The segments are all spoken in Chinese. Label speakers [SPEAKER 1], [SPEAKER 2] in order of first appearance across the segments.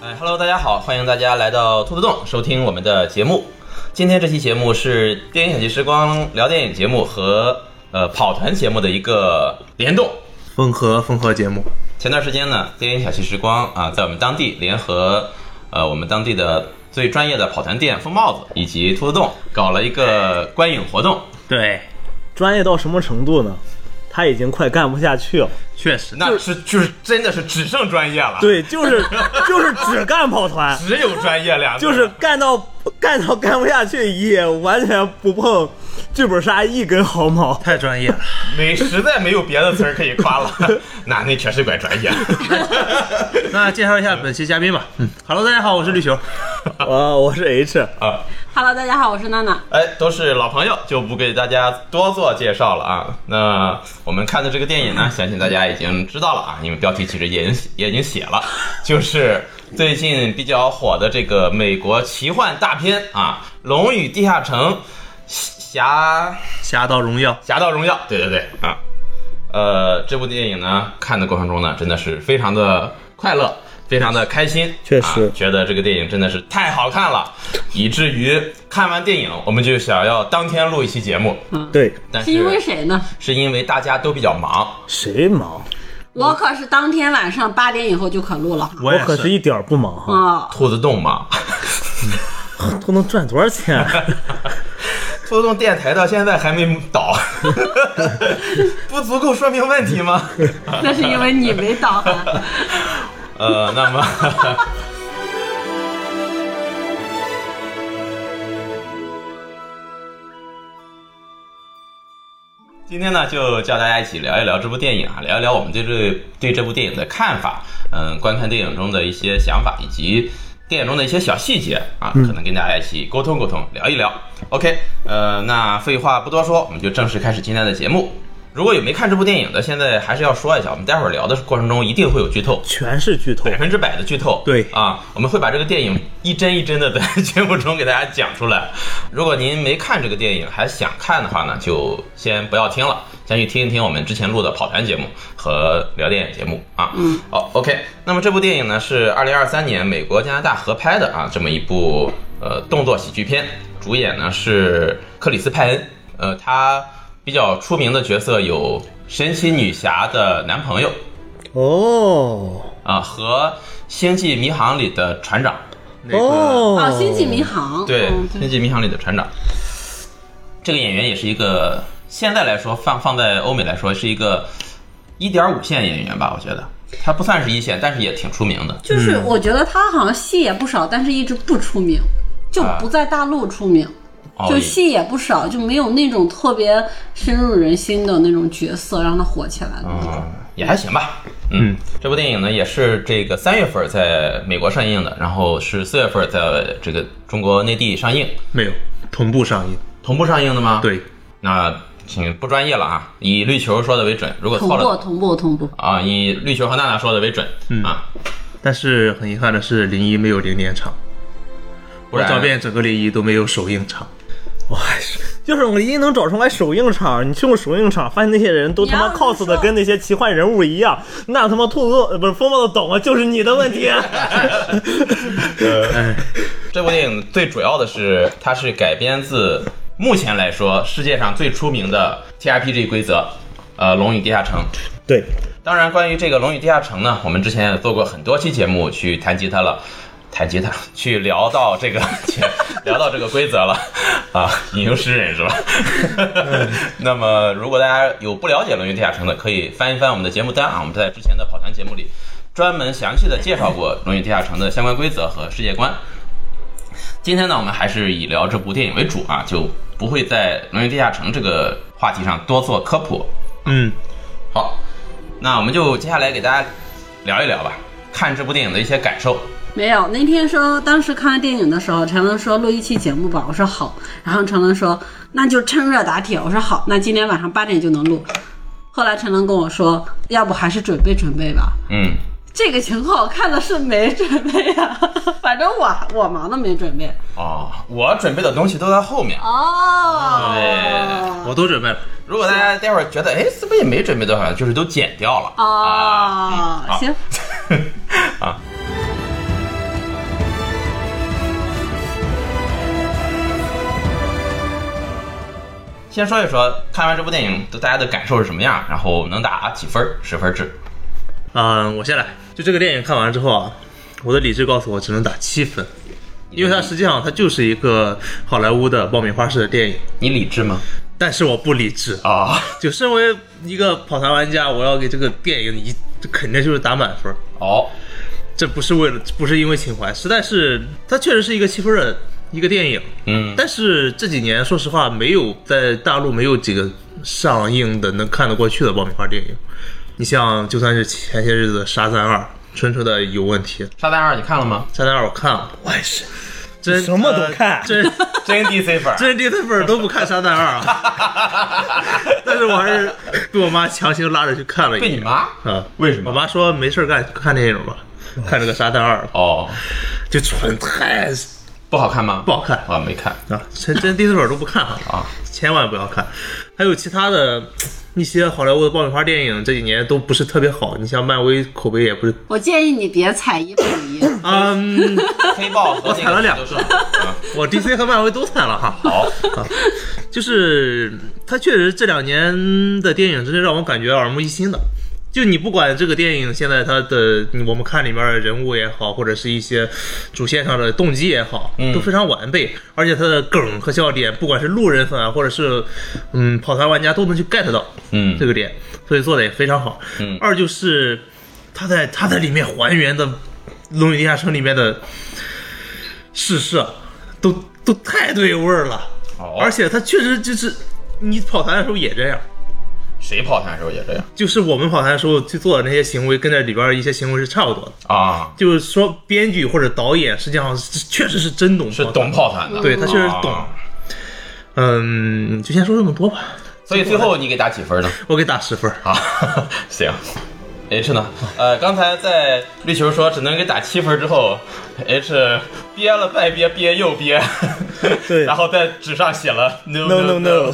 [SPEAKER 1] 哎，Hello，大家好，欢迎大家来到兔子洞收听我们的节目。今天这期节目是电影小憩时光聊电影节目和呃跑团节目的一个联动。
[SPEAKER 2] 缝合缝合节目，
[SPEAKER 1] 前段时间呢，电影小憩时光啊，在我们当地联合呃我们当地的最专业的跑团店疯帽子以及兔子洞搞了一
[SPEAKER 3] 哎
[SPEAKER 1] 个观影活动。
[SPEAKER 2] 对，
[SPEAKER 3] 专业到什么程度呢？他已经快干不下去 了。
[SPEAKER 2] 确实，
[SPEAKER 1] 那是就是真的是只剩专业了，，
[SPEAKER 3] 对，就是就是只干跑团，
[SPEAKER 1] 只有专业两个
[SPEAKER 3] 就是干到干到干不下去，也完全不碰剧本杀一根毫 毛。
[SPEAKER 2] 太专 业了。
[SPEAKER 1] 没实在没有别的词儿可以夸了，那那确实怪专 业。
[SPEAKER 2] 那介绍一下本期嘉宾吧。嗯，Hello，大家好，我是绿 球。
[SPEAKER 3] 我我是 H，
[SPEAKER 1] 啊，
[SPEAKER 4] Hello，大家好，我是娜娜。
[SPEAKER 1] 哎，都是老朋友，就不给大家多做介绍了啊。那我们看的这个电影呢，相信大家已经知道了啊，因为标题其实也已经也已经写了，就是最近比较火的这个美国奇幻大片啊，《龙与地下城》侠
[SPEAKER 2] 侠盗荣耀，
[SPEAKER 1] 侠盗荣耀，对对对啊，呃，这部电影呢，看的过程中呢，真的是非常的快乐，非常的开心，
[SPEAKER 3] 确实
[SPEAKER 1] 啊觉得这个电影真的是太好看了，以至于看完电影我们就想要当天录一期节目，
[SPEAKER 3] 对，
[SPEAKER 1] 但
[SPEAKER 4] 是因为谁呢？
[SPEAKER 1] 是因为大家都比较忙，
[SPEAKER 3] 谁忙？
[SPEAKER 4] 我可是当天晚上八点以后就可录了
[SPEAKER 2] 我也
[SPEAKER 3] 可是
[SPEAKER 2] 是。
[SPEAKER 3] 一点儿不忙
[SPEAKER 1] 哦
[SPEAKER 3] 哈，
[SPEAKER 4] 啊、
[SPEAKER 1] 兔子洞忙，
[SPEAKER 4] 嗯
[SPEAKER 3] 都能赚多 少钱？
[SPEAKER 1] 兔子洞电台到现在还没倒， 不足够说明问题吗？
[SPEAKER 4] 那是因为你没 导航。
[SPEAKER 1] 哦呃，那么。 今天呢，就叫大家一起聊一聊这部电影啊，聊一聊我们对这对这部电影的看法，嗯，观看电影中的一些想法，以及电影中的一些小细节啊，可能跟大家一起沟通沟通，聊一聊。OK，呃，那废话不多说，我们就正式开始今天的节目。如果有没看这部电影的，现在还是要说一下，我们待会儿聊的过程中一定会有剧透，
[SPEAKER 3] 全是剧透
[SPEAKER 1] 百。分之百的剧透。
[SPEAKER 3] 对
[SPEAKER 1] 啊，我们会把这个电影一帧一帧的在 节目中给大家讲出来。如果您没看这个电影还想看的话呢，就先不要听了，先去听一听我们之前录的跑团节目和聊电影节目啊。嗯，好，OK。那么这部电影呢是二零二三年美国加拿大合拍的啊，这么一部呃动作喜剧片，主演呢是克里斯派恩，呃，他比较出名的角色有神奇女侠的男朋友。
[SPEAKER 3] 哦
[SPEAKER 1] 啊，和《星际迷航》里的船长，
[SPEAKER 2] 那个
[SPEAKER 3] 哦
[SPEAKER 4] 哦，星际迷航。
[SPEAKER 1] 对，
[SPEAKER 4] 嗯
[SPEAKER 1] 星际迷航》里的船长，这个演员也是一个现在来说放放在欧美来说是一个一点五线演员吧，我觉得他不算是一线，但是也挺出名的。
[SPEAKER 4] 就是我觉得他好像戏也不少，但是一直不出名，就
[SPEAKER 1] 啊
[SPEAKER 4] 不在大陆出名，
[SPEAKER 1] 哦，
[SPEAKER 4] 就
[SPEAKER 1] 也
[SPEAKER 4] 戏也不少，就没有那种特别深入人心的那种角色让他火起来的。
[SPEAKER 1] 嗯，也还行吧。嗯，这部电影呢也是这个三月份在美国上映的，然后是四月份在这个中国内地上映，
[SPEAKER 2] 没有同步上映。
[SPEAKER 1] 同步上映的吗？，
[SPEAKER 2] 对，
[SPEAKER 1] 那请不专业了啊，以绿球说的为准，如果
[SPEAKER 4] 同
[SPEAKER 1] 错了
[SPEAKER 4] 步，同步，同步。
[SPEAKER 1] 啊，以绿球和娜娜说的为准、啊，
[SPEAKER 2] 但是很遗憾的是，零一没有零点场，
[SPEAKER 1] 不
[SPEAKER 2] 我
[SPEAKER 1] 然
[SPEAKER 2] 找遍整个零一都没有首映场。
[SPEAKER 3] 哇，就是我一能找出来首映场，你去过首映场，发现那些人都他妈
[SPEAKER 4] 你要是
[SPEAKER 3] cos 的
[SPEAKER 4] 说
[SPEAKER 3] 跟那些奇幻人物一样，那他妈兔子呃不是疯帽子懂啊，就是你的问题。
[SPEAKER 1] 这部电影最主要的是，它是改编自目前来说世界上最出名的 TRPG 规则，呃，《龙与地下城》。
[SPEAKER 3] 对，
[SPEAKER 1] 当然，关于这个《龙与地下城》呢，我们之前也做过很多期节目去谈及它了， 谈及它，去聊到这个， 去聊到这个规则了 啊，引用诗人是吧？ 那么，如果大家有不了解《龙与地下城》的，可以翻一翻我们的节目单啊，我们在之前的跑团节目里专门详细的介绍过《龙与地下城》的相关规则和世界观。今天呢，我们还是以聊这部电影为主啊，就不会在《龙与地下城》这个话题上多做科普。
[SPEAKER 2] 嗯，
[SPEAKER 1] 好，那我们就接下来给大家聊一聊吧，看这部电影的一些感受。
[SPEAKER 4] 没有，那天说当时看完电影的时候，陈伦说录一期节目吧，我说好，然后陈伦说那就趁热打铁，我说好，那今天晚上八点就能录。后来陈伦跟我说，要不还是准备准备吧。
[SPEAKER 1] 嗯，
[SPEAKER 4] 这个情况我看的是没准备啊， 反正我我忙的没准备。
[SPEAKER 1] 哦，我准备的东西都在后面。啊
[SPEAKER 4] 哦，
[SPEAKER 2] 我都准备了。
[SPEAKER 1] 如果大家待会儿觉得，哎，是不是也没准备多少，就是都剪掉了。啊
[SPEAKER 4] 哦，
[SPEAKER 1] 嗯好
[SPEAKER 4] 行，
[SPEAKER 1] 啊。先说一说看完这部电影大家的感受是什么样，然后能打几分儿？十分制。
[SPEAKER 2] 嗯，我先来。就这个电影看完之后啊，我的理智告诉我只能打七分，因为它实际上它就是一个好莱坞的爆米花式的电影，
[SPEAKER 1] 你理智吗？
[SPEAKER 2] 但是我不理智。
[SPEAKER 1] 啊
[SPEAKER 2] 就身为一个跑团玩家，我要给这个电影一这肯定就是打满分。
[SPEAKER 1] 哦，
[SPEAKER 2] 这不是为了，不是因为情怀，实在是它确实是一个七分的一个电影。
[SPEAKER 1] 嗯，
[SPEAKER 2] 但是这几年，说实话，没有在大陆没有几个上映的能看得过去的爆米花电影。你像，就算是前些日子的《沙赞二》，纯纯的有问题。《
[SPEAKER 1] 《沙袋二》你看了吗？
[SPEAKER 2] 沙赞二》我看了，
[SPEAKER 3] 我也是，
[SPEAKER 2] 真
[SPEAKER 3] 什么都看
[SPEAKER 2] 呃 真
[SPEAKER 1] 真 DC 粉儿
[SPEAKER 2] 真这份都不看《沙赞二》啊。 但是我还是被我妈强行拉着去看了一
[SPEAKER 1] 被
[SPEAKER 2] 遍。
[SPEAKER 1] 你妈？
[SPEAKER 2] 啊？
[SPEAKER 1] 为什么
[SPEAKER 2] 我妈说没事儿干，看电影吧，看这个《沙赞二》
[SPEAKER 1] 哦，
[SPEAKER 2] 就纯太
[SPEAKER 1] 不好看吗？
[SPEAKER 2] 不好看
[SPEAKER 1] 啊，没看
[SPEAKER 2] 啊，真真第四本都不看 啊，
[SPEAKER 1] 啊。
[SPEAKER 2] 千万不要看。还有其他的一些好莱坞的爆米花电影，这几年都不是特别好。你像漫威口碑也不是，
[SPEAKER 4] 我建议你别踩一捧一，
[SPEAKER 2] 嗯，
[SPEAKER 1] 黑豹和
[SPEAKER 2] 我踩了两
[SPEAKER 1] 个
[SPEAKER 2] 个
[SPEAKER 1] 啊
[SPEAKER 2] 我 DC 和漫威都惨了哈。啊
[SPEAKER 1] 好，
[SPEAKER 2] 就是它确实这两年的电影，真是让我感觉耳目一新的。就你不管这个电影现在它的，我们看里面的人物也好，或者是一些主线上的动机也好，
[SPEAKER 1] 嗯
[SPEAKER 2] 都非常完备，而且它的梗和笑点，不管是路人粉啊，或者是嗯跑团玩家都能去 get 到。
[SPEAKER 1] 嗯
[SPEAKER 2] 这个点，所以做的也非常好。
[SPEAKER 1] 嗯
[SPEAKER 2] 二就是他在他在里面还原的《龙与地下城》里面的事实啊，都都太对味儿了。
[SPEAKER 1] 哦
[SPEAKER 2] 而且他确实就是你跑团的时候也这样，
[SPEAKER 1] 谁跑团的时候也这样
[SPEAKER 2] 就是我们跑团的时候去做的那些行为，跟这里边儿一些行为是差不多的。
[SPEAKER 1] 啊？
[SPEAKER 2] 就是说，编剧或者导演实际上是确实是真懂，
[SPEAKER 1] 是懂，跑团的，
[SPEAKER 2] 对他确实懂。
[SPEAKER 1] 啊
[SPEAKER 2] 嗯，就先说这么多吧，
[SPEAKER 1] 所以最后你给打几分呢？
[SPEAKER 2] 我给打十分儿。
[SPEAKER 1] 啊， 行。H 呢？呃，刚才在绿球说只能给打七分之后，H 憋了再憋，憋又憋，
[SPEAKER 3] 对
[SPEAKER 1] 然后在纸上写了 no
[SPEAKER 3] No no no，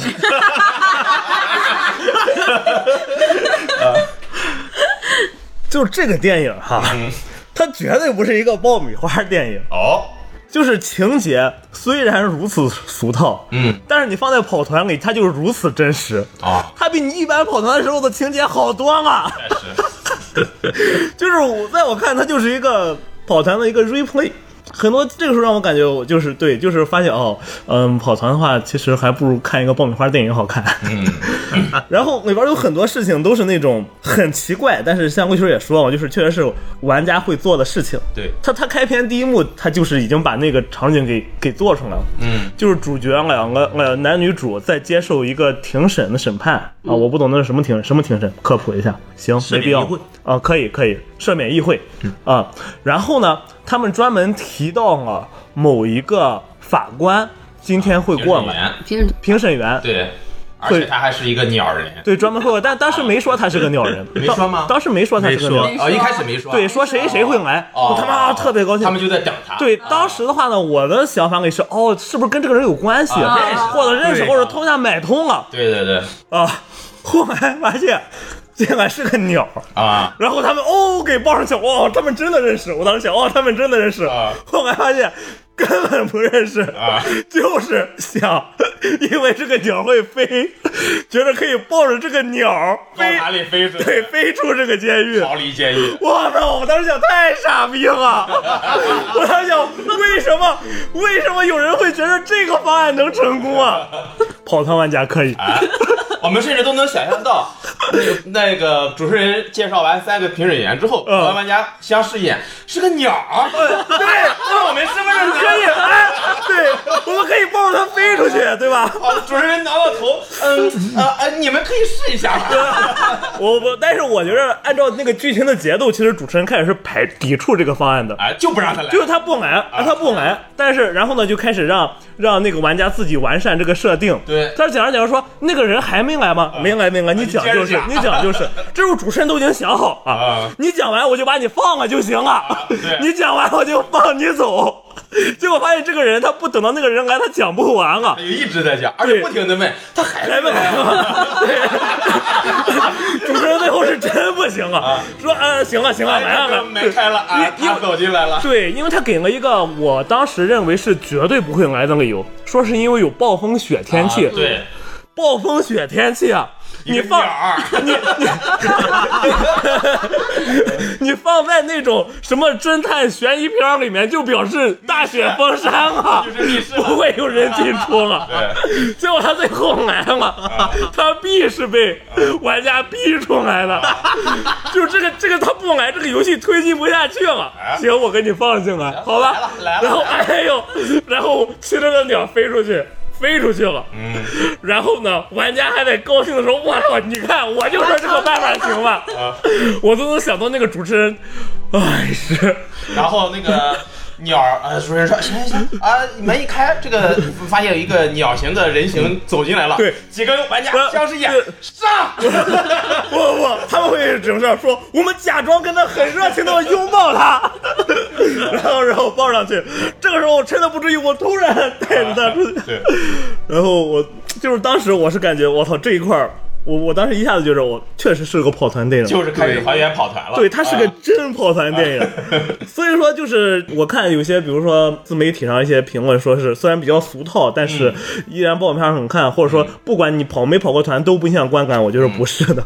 [SPEAKER 3] 就这个电影哈，
[SPEAKER 1] 嗯
[SPEAKER 3] 它绝对不是一个爆米花电影，
[SPEAKER 1] 哦，
[SPEAKER 3] 就是情节虽然如此俗套，
[SPEAKER 1] 嗯，
[SPEAKER 3] 但是你放在跑团里，它就是如此真实。
[SPEAKER 1] 哦，
[SPEAKER 3] 它比你一般跑团的时候的情节好多了，
[SPEAKER 1] 但是
[SPEAKER 3] 就是我在我看，它就是一个跑团的一个 replay。很多这个时候让我感觉，我就是对，就是发现哦，嗯，跑团的话，其实还不如看一个爆米花电影好看。
[SPEAKER 1] 嗯，
[SPEAKER 3] 然后里边有很多事情都是那种很奇怪，但是像魏球也说嘛，就是确实是玩家会做的事情。
[SPEAKER 1] 对，
[SPEAKER 3] 他他开篇第一幕，他就是已经把那个场景给给做出来了。
[SPEAKER 1] 嗯，
[SPEAKER 3] 就是主角两个呃男女主在接受一个庭审的审判啊，我不懂那是什么庭什么庭审，科普一下，行，
[SPEAKER 2] 赦
[SPEAKER 3] 没
[SPEAKER 2] 免
[SPEAKER 3] 必要
[SPEAKER 2] 议会
[SPEAKER 3] 啊，可以可以，赦免议会啊，然后呢，他们专门提到了某一个法官今天会过
[SPEAKER 1] 就是
[SPEAKER 3] 来，
[SPEAKER 1] 演
[SPEAKER 4] 平时
[SPEAKER 3] 评审员
[SPEAKER 1] 对，而且他还是一个鸟人，
[SPEAKER 3] 对专门会过来，但当时没说他是个鸟人，
[SPEAKER 1] 没说吗
[SPEAKER 3] 当时没说他是个鸟
[SPEAKER 2] 没
[SPEAKER 3] 人，
[SPEAKER 1] 哦，一开始没说，
[SPEAKER 3] 对，说谁谁会来，
[SPEAKER 1] 哦，
[SPEAKER 3] 我他妈特别高兴，
[SPEAKER 1] 他们就在等他，
[SPEAKER 3] 对，当时的话呢，我的想法里是，哦，是不是跟这个人有关系，
[SPEAKER 1] 啊
[SPEAKER 4] 认识
[SPEAKER 3] 或者认识，
[SPEAKER 2] 对
[SPEAKER 3] 或者通一下买通了
[SPEAKER 1] 对对对，
[SPEAKER 3] 啊？后来发现，这个是个鸟。
[SPEAKER 1] 啊，
[SPEAKER 3] 然后他们哦给报上去，哇、他们真的认识。我当时想，哦，他们真的认识。
[SPEAKER 1] 啊
[SPEAKER 3] 后来发现根本不认识，
[SPEAKER 1] 啊
[SPEAKER 3] 就是想，因为这个鸟会飞，觉得可以抱着这个鸟
[SPEAKER 1] 往
[SPEAKER 3] 飞，
[SPEAKER 1] 哪里飞是吧
[SPEAKER 3] 对，飞出这个监狱。
[SPEAKER 1] 逃离监狱，
[SPEAKER 3] 我操！我当时想，太傻逼了！我当时想，为什么为什么有人会觉得这个方案能成功啊？跑团玩家可以，
[SPEAKER 1] 啊， 我们甚至都能想象 到，那个那个主持人介绍完三个评审员之后，
[SPEAKER 3] 嗯
[SPEAKER 1] 台湾玩家相视一眼，是个鸟儿， 对，问我们身份证
[SPEAKER 3] 可以，哎，对，我们可以抱着它飞出去，对吧？
[SPEAKER 1] 哦，主持人挠挠头，嗯啊哎，你们可以试一下
[SPEAKER 3] 嗯
[SPEAKER 1] 吧。
[SPEAKER 3] 我我，但是我觉得按照那个剧情的节奏，其实主持人开始是排抵触这个方案的。
[SPEAKER 1] 哎，就不让他来，
[SPEAKER 3] 就是他不来，啊他不来，但是然后呢，就开始让让那个玩家自己完善这个设定。
[SPEAKER 1] 对啊
[SPEAKER 3] 但是讲着讲着说，那个人还没来吗？没来，没来，你讲
[SPEAKER 1] 接着
[SPEAKER 3] 就是，
[SPEAKER 1] 讲
[SPEAKER 3] 你 讲就是，这时候主持人都已经想好啊
[SPEAKER 1] 啊，
[SPEAKER 3] 你讲完我就把你放了就行了
[SPEAKER 1] 对，
[SPEAKER 3] 你讲完我就放你走。结果发现这个人他不等到那个人来，他讲不完了
[SPEAKER 1] 他。就一直在讲，而且不停的问他还
[SPEAKER 3] 来
[SPEAKER 1] 没
[SPEAKER 3] 问
[SPEAKER 1] 来
[SPEAKER 3] 我，
[SPEAKER 1] 吗。
[SPEAKER 3] 对，主 持人最后是真不行了，说呃行了行了，来了来
[SPEAKER 1] 啊哎
[SPEAKER 3] 了，
[SPEAKER 1] 门开了啊，
[SPEAKER 3] 因
[SPEAKER 1] 他走进来了。
[SPEAKER 3] 对，因为他给了一个我当时认为是绝对不会来的理由，说是因为有暴风雪天气。
[SPEAKER 1] 啊对，
[SPEAKER 3] 暴风雪天气啊，你放
[SPEAKER 1] 儿，
[SPEAKER 3] 你你 你放在那种什么侦探悬疑片儿里面，就表示大雪封山 啊，
[SPEAKER 1] 就是密室了
[SPEAKER 3] 不会有人进出了。
[SPEAKER 1] 对 啊
[SPEAKER 3] 结果他最后来了，他必是被玩家逼出来 的。 就是这个这个他不来，这个游戏推进不下去了。行，我给你放进来，好吧？
[SPEAKER 1] 哎来了来了
[SPEAKER 3] 然后哎呦， 然后骑着个鸟飞出去。飞出去了，
[SPEAKER 1] 嗯，
[SPEAKER 3] 然后呢，玩家还得高兴的说：“我操，你看，我就说这个办法行吧，
[SPEAKER 1] 啊
[SPEAKER 3] 我都能想到那个主持人，哎是，
[SPEAKER 1] 然后那个鸟儿，呃，主持人说行行行啊，门一开，这个发现有一个鸟形的人形走进来了，
[SPEAKER 3] 对
[SPEAKER 1] 几个玩家
[SPEAKER 3] 呃
[SPEAKER 1] 相视一眼
[SPEAKER 3] 是，
[SPEAKER 1] 杀！
[SPEAKER 3] 不不，他们会怎么着说？我们假装跟他很热情的拥抱他，然后然后抱上去。这个时候我趁他不注意，我突然带着他出去。
[SPEAKER 1] 对，
[SPEAKER 3] 然后我就是当时我是感觉我操这一块儿，我我当时一下子觉着我确实是个跑团电 影，
[SPEAKER 1] 就是开始还原跑团了，
[SPEAKER 3] 对，它是个
[SPEAKER 1] 啊
[SPEAKER 3] 真 跑团电影，所以说就是我看有些，比如说自媒体上一些评论，说是虽然比较俗套，但是
[SPEAKER 1] 嗯
[SPEAKER 3] 依然爆米花很看，或者说不管你跑没跑过团都不影响观感，我
[SPEAKER 1] 嗯
[SPEAKER 3] 觉得不是的，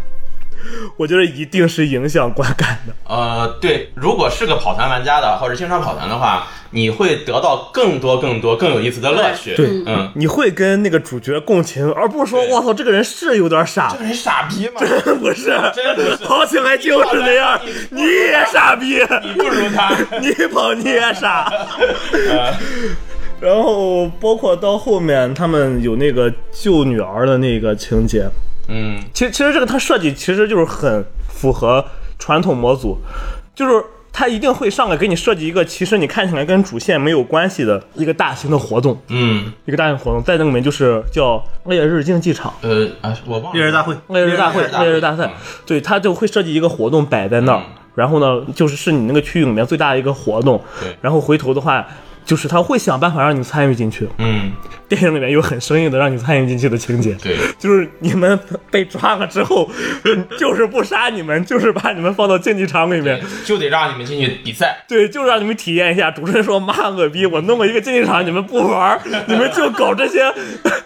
[SPEAKER 3] 我觉得一定是影响观感的。
[SPEAKER 1] 呃，对，如果是个跑团玩家的，或者经常跑团的话，你会得到更多、更多、更有意思的乐趣。
[SPEAKER 3] 对
[SPEAKER 1] 嗯，
[SPEAKER 3] 你会跟那个主角共情，而不是说
[SPEAKER 1] 对
[SPEAKER 3] 我操这个人是有点傻
[SPEAKER 1] 这个，人傻逼嘛，
[SPEAKER 3] 不是，
[SPEAKER 1] 真不是
[SPEAKER 3] 跑起来就是那样，
[SPEAKER 1] 你
[SPEAKER 3] 你也傻逼，
[SPEAKER 1] 你不如 他。
[SPEAKER 3] 你跑你也傻。然后包括到后面他们有那个救女儿的那个情节，
[SPEAKER 1] 嗯，
[SPEAKER 3] 其实其实这个它设计其实就是很符合传统模组，就是。它一定会上来给你设计一个，其实你看起来跟主线没有关系的一个大型的活动，
[SPEAKER 1] 嗯，
[SPEAKER 3] 一个大型活动，在那里面就是叫烈日竞技场。
[SPEAKER 1] 呃啊，我忘了。
[SPEAKER 2] 猎人大会，
[SPEAKER 3] 烈日大会，
[SPEAKER 1] 烈
[SPEAKER 3] 烈
[SPEAKER 1] 日
[SPEAKER 3] 日
[SPEAKER 1] 大
[SPEAKER 3] 大
[SPEAKER 1] 会
[SPEAKER 3] 赛，对他就会设计一个活动摆在那儿
[SPEAKER 1] 嗯，
[SPEAKER 3] 然后呢，就是是你那个区域里面最大的一个活动
[SPEAKER 1] 对，
[SPEAKER 3] 然后回头的话，就是他会想办法让你参与进去。
[SPEAKER 1] 嗯，
[SPEAKER 3] 电影里面有很生硬的让你参与进去的情节，
[SPEAKER 1] 对，
[SPEAKER 3] 就是你们被抓了之后，就是不杀你们，就是把你们放到竞技场里面。
[SPEAKER 1] 就得让你们进去比赛。
[SPEAKER 3] 对，就是让你们体验一下。主持人说：“妈了个 逼，我弄了一个竞技场，你们不玩 儿，你们就搞这些，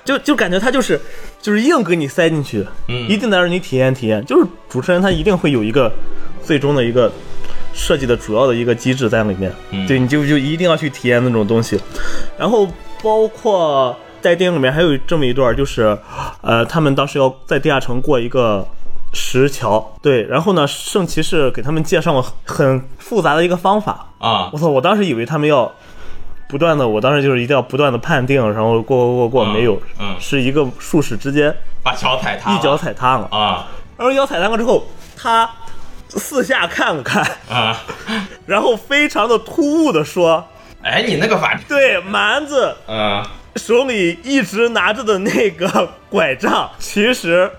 [SPEAKER 3] 就就感觉他就是就是硬给你塞进去，
[SPEAKER 1] 嗯
[SPEAKER 3] 一定得让你体验体验。就是主持人他一定会有一个最终的一个设计的主要的一个机制在里面，
[SPEAKER 1] 嗯
[SPEAKER 3] 对，你就就一定要去体验那种东西。然后包括在电影里面还有这么一段儿，就是呃，他们当时要在地下城过一个。石桥对，然后呢，圣骑士给他们介绍了很复杂的一个方法，
[SPEAKER 1] 啊
[SPEAKER 3] 我，操！我当时以为他们要不断的，我当时就是一定要不断的判定，然后过过过过，
[SPEAKER 1] 嗯
[SPEAKER 3] 没有，
[SPEAKER 1] 嗯
[SPEAKER 3] 是一个术士之间
[SPEAKER 1] 把脚踩塌了，
[SPEAKER 3] 一脚踩塌了，
[SPEAKER 1] 啊
[SPEAKER 3] 然后一脚踩塌了之后，他四下看了看，
[SPEAKER 1] 啊！
[SPEAKER 3] 然后非常的突兀的说，
[SPEAKER 1] 哎，你那个法，
[SPEAKER 3] 对，蛮子
[SPEAKER 1] 嗯，
[SPEAKER 3] 手里一直拿着的那个拐杖，其实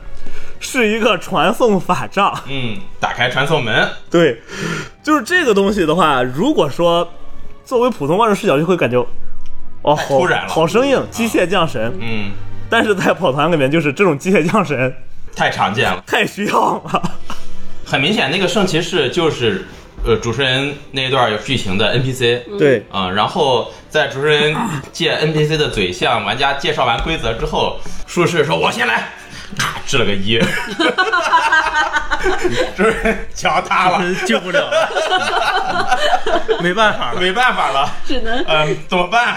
[SPEAKER 3] 是一个传送法杖。
[SPEAKER 1] 嗯，打开传送门，
[SPEAKER 3] 对，就是这个东西的话，如果说作为普通观众视角，就会感觉哦，
[SPEAKER 1] 太
[SPEAKER 3] 好
[SPEAKER 1] 突然了
[SPEAKER 3] 好生硬，机械降神。
[SPEAKER 1] 嗯，
[SPEAKER 3] 但是在跑团里面，就是这种机械降神
[SPEAKER 1] 太常见了。
[SPEAKER 3] 太需要了。
[SPEAKER 1] 很明显，那个圣骑士就是，呃，主持人那一段有剧情的 NPC，
[SPEAKER 3] 对
[SPEAKER 1] 啊、然后在主持人借 NPC 的嘴向玩家介绍完规则之后，术士说：“我先来。”咔，掷了个 一，主持人脚塌了，
[SPEAKER 2] 救不了了， 嗯没办法了。
[SPEAKER 1] 没办法了，
[SPEAKER 4] 只能
[SPEAKER 1] 嗯、怎么 办？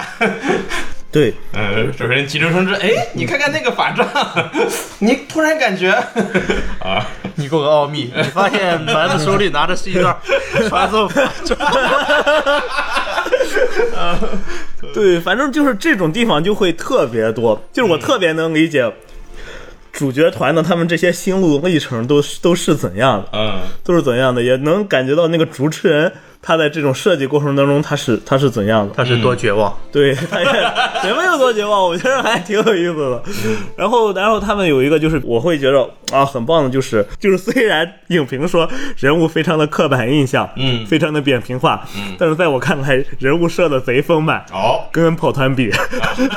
[SPEAKER 3] 对，
[SPEAKER 1] 嗯，主持人急中生智，哎，你看看那个法杖，你突然感 觉啊，
[SPEAKER 2] 你够奥秘，你发现蛮子手里拿的是一 段传送法
[SPEAKER 1] 嗯
[SPEAKER 3] 对，反正就是这种地方就会特别多，就是
[SPEAKER 1] 嗯
[SPEAKER 3] 我特别能理解。主角团的他们这些心路历程都是都是怎样的，
[SPEAKER 1] 嗯，
[SPEAKER 3] 都是怎样的，也能感觉到那个主持人他在这种设计过程当中他是他是怎样的。
[SPEAKER 2] 他是多绝望。
[SPEAKER 1] 嗯
[SPEAKER 3] 对， 哎他也也没有多绝望，我觉得还挺有意思的。然后，然后他们有一个就是，我会觉得啊很棒的，就是就是虽然影评说人物非常的刻板印象，
[SPEAKER 1] 嗯
[SPEAKER 3] 非常的扁平化，嗯，但是在我看来，人物设的贼丰满，
[SPEAKER 1] 哦，
[SPEAKER 3] 跟跑团比，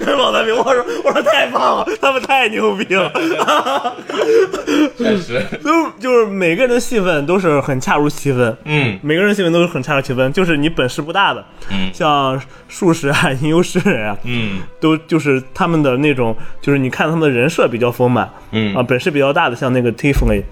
[SPEAKER 3] 跟跑团比，我说我说太棒了，他们太牛逼了，
[SPEAKER 1] 确实，
[SPEAKER 3] 就是就是每个人的戏份都是很恰如其分，
[SPEAKER 1] 嗯
[SPEAKER 3] 每个人戏份都是很恰如其分，就是你本事不大的，
[SPEAKER 1] 嗯
[SPEAKER 3] 像术士啊、 吟游诗人啊，
[SPEAKER 1] 嗯
[SPEAKER 3] 都就是他们的那种，就是你看他们的人设比较丰满，
[SPEAKER 1] 嗯
[SPEAKER 3] 啊，本事比较大的，像那个 Tiffany，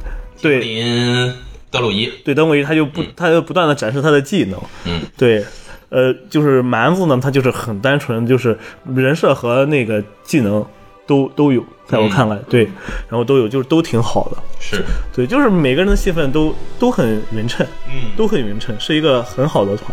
[SPEAKER 3] 对
[SPEAKER 1] 林德鲁伊，
[SPEAKER 3] 对，邓伟他就不、他就不断的展示他的技能，
[SPEAKER 1] 嗯，
[SPEAKER 3] 对，呃，就是蛮子呢，他就是很单纯，就是人设和那个技能都都有，在
[SPEAKER 1] 嗯
[SPEAKER 3] 我看来，对，然后都有，就是都挺好的，
[SPEAKER 1] 是，
[SPEAKER 3] 对，就是每个人的戏份都都很匀称，
[SPEAKER 1] 嗯
[SPEAKER 3] 都很匀称，是一个很好的团。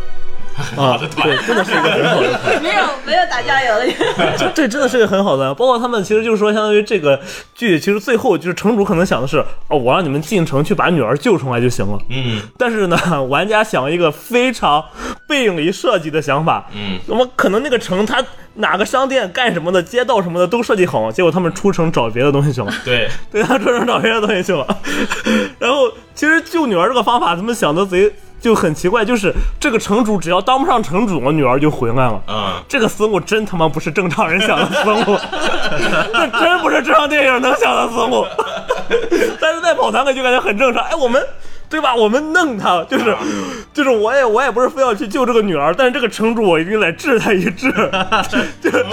[SPEAKER 3] 啊， 对，真的是一个很好的团，
[SPEAKER 4] 没有没有打酱油的，
[SPEAKER 3] 这这真的是一个很好的团。包括他们其实就是说，相当于这个剧，其实最后就是城主可能想的是，哦，我让你们进城去把女儿救出来就行了。
[SPEAKER 1] 嗯
[SPEAKER 3] 但是呢，玩家想了一个非常背离设计的想法，
[SPEAKER 1] 嗯，
[SPEAKER 3] 那么可能那个城它哪个商店干什么的，街道什么的都设计好了，结果他们出城找别的东西去了。
[SPEAKER 1] 对，
[SPEAKER 3] 对他专门找别的东西去了。 然后其实救女儿这个方法，他们想的贼就很奇怪，就是这个城主只要当不上城主，我女儿就回来了。
[SPEAKER 1] 嗯，
[SPEAKER 3] 这个思路真他妈不是正常人想的思路， 这真不是这场电影能想的思路。 但是在跑团里就感觉很正常，哎，我们。对吧？我们弄他，就是，
[SPEAKER 1] 嗯
[SPEAKER 3] 就是我也我也不是非要去救这个女儿，但是这个城主我一定得治他一治， 就是
[SPEAKER 1] 嗯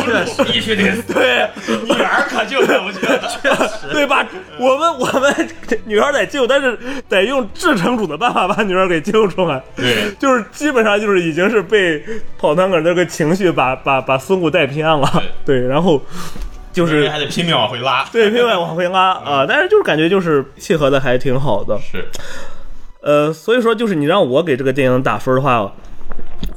[SPEAKER 1] 必须得死，
[SPEAKER 3] 对，
[SPEAKER 1] 女儿可救不去了，
[SPEAKER 3] 对吧？我们我们 女儿得救，但是得用至诚主的办法把女儿给救出来。
[SPEAKER 1] 对
[SPEAKER 3] 就是基本上就是已经是被跑堂哥那个情绪把把把孙悟带偏了。 对，然后
[SPEAKER 1] 就
[SPEAKER 3] 就
[SPEAKER 1] 是
[SPEAKER 3] 是
[SPEAKER 1] 还得拼命往回拉，
[SPEAKER 3] 对拼命往回拉啊，但是就是感觉就是契合的还挺好的。
[SPEAKER 1] 嗯是，
[SPEAKER 3] 呃，所以说就是你让我给这个电影打分的话，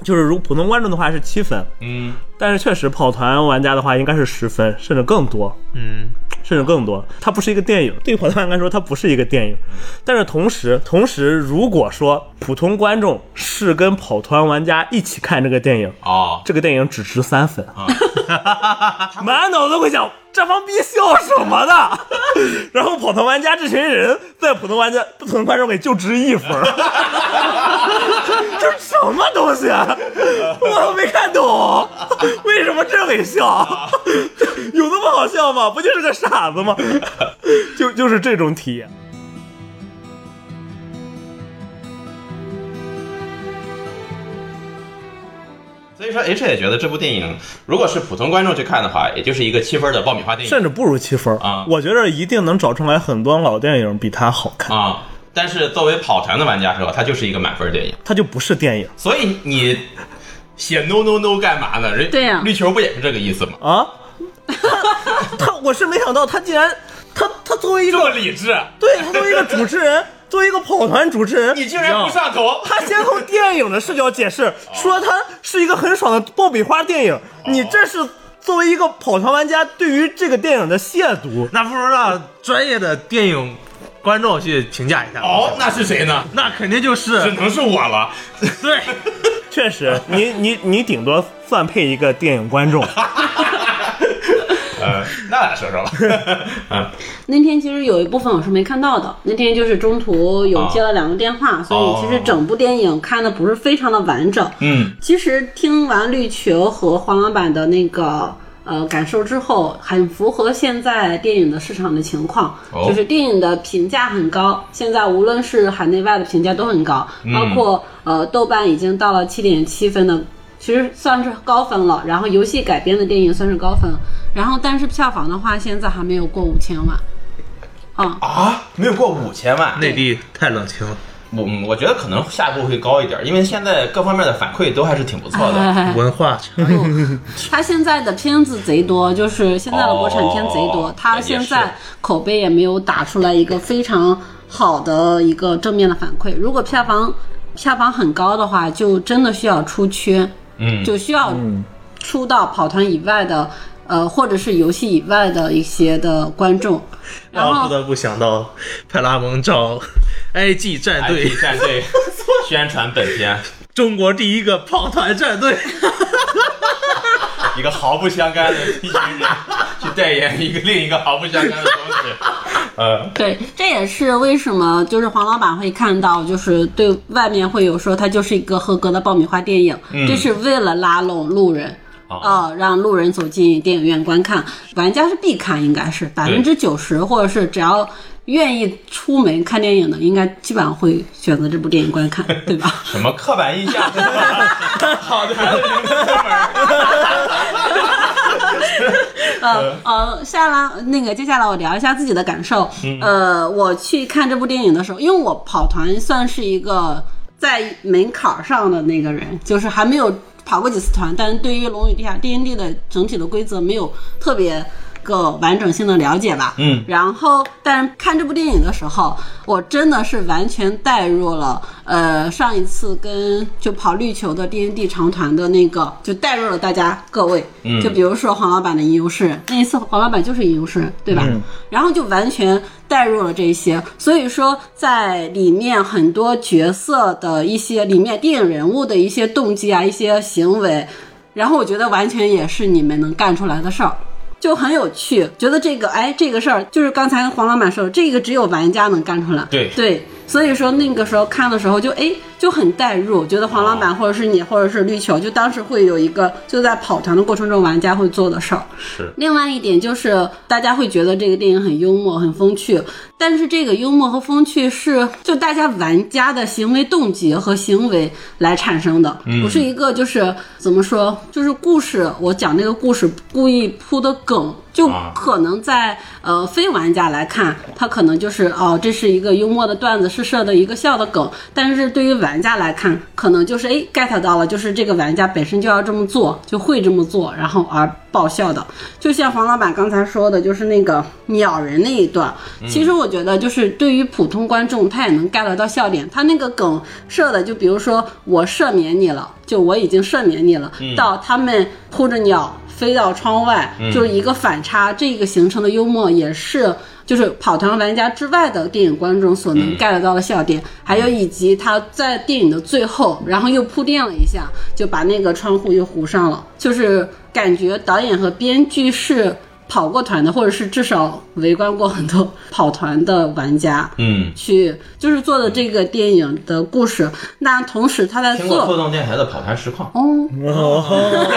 [SPEAKER 3] 就是如果普通观众的话是七分，
[SPEAKER 1] 嗯
[SPEAKER 3] 但是确实跑团玩家的话应该是十分甚至更多。
[SPEAKER 2] 嗯，
[SPEAKER 3] 甚至更多。它不是一个电影，对跑团来说它不是一个电影，
[SPEAKER 1] 嗯
[SPEAKER 3] 但是同时，同时如果说普通观众是跟跑团玩家一起看这个电影，
[SPEAKER 1] 哦，
[SPEAKER 3] 这个电影只值三分，
[SPEAKER 1] 啊
[SPEAKER 3] 满脑子会想这帮逼笑什么呢？ 然后跑团玩家这群人在普通玩家普通观众里就值一分， 这什么东西、啊？我都没看懂，为什么这么笑？有那么好笑吗？不就是个傻子吗？ 就就是这种体验。
[SPEAKER 1] 所以说 H 也觉得这部电影如果是普通观众去看的话，也就是一个七分的爆米花电影
[SPEAKER 3] 甚至不如七分儿
[SPEAKER 1] 啊
[SPEAKER 3] 我觉得一定能找出来很多老电影比它好看，
[SPEAKER 1] 啊。但是作为跑团的玩家是吧，它就是一个满分电影，
[SPEAKER 3] 它就不是电影
[SPEAKER 1] 所以你写 no no no 干嘛呢？人
[SPEAKER 4] 对呀
[SPEAKER 1] 绿球不也是这个意思吗？
[SPEAKER 3] 啊。他我是没想到，他竟然他他作为一
[SPEAKER 1] 这
[SPEAKER 3] 个
[SPEAKER 1] 么理智，啊
[SPEAKER 3] 对他作为一个主持人，作为一个跑团主持人，
[SPEAKER 1] 你竟然不上头，
[SPEAKER 3] 他先从电影的视角解释，说它是一个很爽的爆米花电影。你这是作为一个跑团玩家对于这个电影的亵渎。
[SPEAKER 2] 那不如让专业的电影观众去评价一下。
[SPEAKER 1] 哦，那是谁呢？
[SPEAKER 2] 那肯定就是
[SPEAKER 1] 只能是我了。
[SPEAKER 2] 对，
[SPEAKER 3] 确实，你你你顶多算配一个电影观众。
[SPEAKER 1] 呃，那俩说说吧。嗯
[SPEAKER 4] 那天其实有一部分我是没看到的，那天就是中途有接了两个电话，
[SPEAKER 1] 哦
[SPEAKER 4] 所以其实整部电影看的不是非常的完整。
[SPEAKER 1] 嗯
[SPEAKER 4] 其实听完绿球和黄老板的那个呃感受之后，很符合现在电影的市场的情况，
[SPEAKER 1] 哦
[SPEAKER 4] 就是电影的评价很高，现在无论是海内外的评价都很高，包
[SPEAKER 1] 嗯
[SPEAKER 4] 括呃豆瓣已经到了七点七分的。其实算是高分了，然后游戏改编的电影算是高分，然后但是票房的话，现在还没有过五千万，啊、
[SPEAKER 1] 啊，没有过五千万，
[SPEAKER 2] 内地太冷清了，
[SPEAKER 1] 我嗯我觉得可能下一步会高一点，因为现在各方面的反馈都还是挺不错的。
[SPEAKER 4] 哎
[SPEAKER 2] 文化差异
[SPEAKER 4] 他现在的片子贼多，就是现在的国产片贼多
[SPEAKER 1] 哦，
[SPEAKER 4] 他现在口碑也没有打出来一个非常好的一个正面的反馈。如果票房票房很高的话，就真的需要出圈，
[SPEAKER 1] 嗯
[SPEAKER 4] 就需要出到跑团以外的，呃，或者是游戏以外的一些的观众。然
[SPEAKER 2] 让我不
[SPEAKER 4] 后
[SPEAKER 2] 得不想到派拉蒙找 IG 战
[SPEAKER 1] IT
[SPEAKER 2] 队，
[SPEAKER 1] 战队宣传本片，
[SPEAKER 2] 中国第一个跑团战队，
[SPEAKER 1] 一个毫不相干的一群人去代言一个另一个毫不相干的东西。呃，
[SPEAKER 4] 对，这也是为什么就是黄老板会看到，就是对外面会有说它就是一个合格的爆米花电影，这是为了拉拢路人。
[SPEAKER 1] 嗯哦
[SPEAKER 4] 哦，让路人走进电影院观看，玩家是必看，应该是百分之九十，或者是只要愿意出门看电影的，应该基本上会选择这部电影观看，对吧？
[SPEAKER 1] 什么刻板印象？ 好的，
[SPEAKER 4] 呃呃，下来那个接下来我聊一下自己的感受。呃，我去看这部电影的时候，因为我跑团算是一个在门槛儿上的那个人，就是还没有跑过几次团，但是对于《龙与地下 D N D》的整体的规则没有特别。个完整性的了解吧，
[SPEAKER 1] 嗯
[SPEAKER 4] 然后但是看这部电影的时候，我真的是完全带入了，呃，上一次跟就跑绿球的 D N D 长团的那个，就带入了大家各位，
[SPEAKER 1] 嗯
[SPEAKER 4] 就比如说黄老板的吟游诗人，那一次黄老板就是吟游诗人，对吧？
[SPEAKER 1] 嗯
[SPEAKER 4] 然后就完全带入了这些，所以说在里面很多角色的一些里面电影人物的一些动机啊，一些行为，然后我觉得完全也是你们能干出来的事儿。就很有趣，觉得这个哎，这个事儿就是刚才黄老板说的，这个只有玩家能干出来。
[SPEAKER 1] 对
[SPEAKER 4] 对，所以说那个时候看的时候就哎就很代入，觉得黄老板或者是你或者是绿球，就当时会有一个就在跑团的过程中玩家会做的事儿。
[SPEAKER 1] 是
[SPEAKER 4] 另外一点就是，大家会觉得这个电影很幽默、很风趣，但是这个幽默和风趣是就大家玩家的行为动机和行为来产生的，不是一个就是怎么说，就是故事我讲这个故事故意铺的梗。就
[SPEAKER 1] 啊
[SPEAKER 4] 可能在呃非玩家来看，他可能就是哦，这是一个幽默的段子，是设的一个笑的梗。但是对于玩家来看，可能就是哎 get 到了，就是这个玩家本身就要这么做，就会这么做，然后而爆笑的。就像黄老板刚才说的，就是那个鸟人那一段，其实我觉得就是对于普通观众，他也能 get 到笑点。他那个梗设的，就比如说我赦免你了，就我已经赦免你了，到他们扑着鸟。飞到窗外，就是一个反差。这个形成的幽默也是，就是跑团玩家之外的电影观众所能 get 到的笑点。还有以及他在电影的最后，然后又铺垫了一下，就把那个窗户又糊上了，就是感觉导演和编剧是。跑过团的，或者是至少围观过很多跑团的玩家，
[SPEAKER 1] 嗯，
[SPEAKER 4] 去就是做的这个电影的故事。那同时他在
[SPEAKER 1] 听过互
[SPEAKER 4] 做
[SPEAKER 1] 动电台的跑团实况，
[SPEAKER 4] 哦，
[SPEAKER 3] 哦，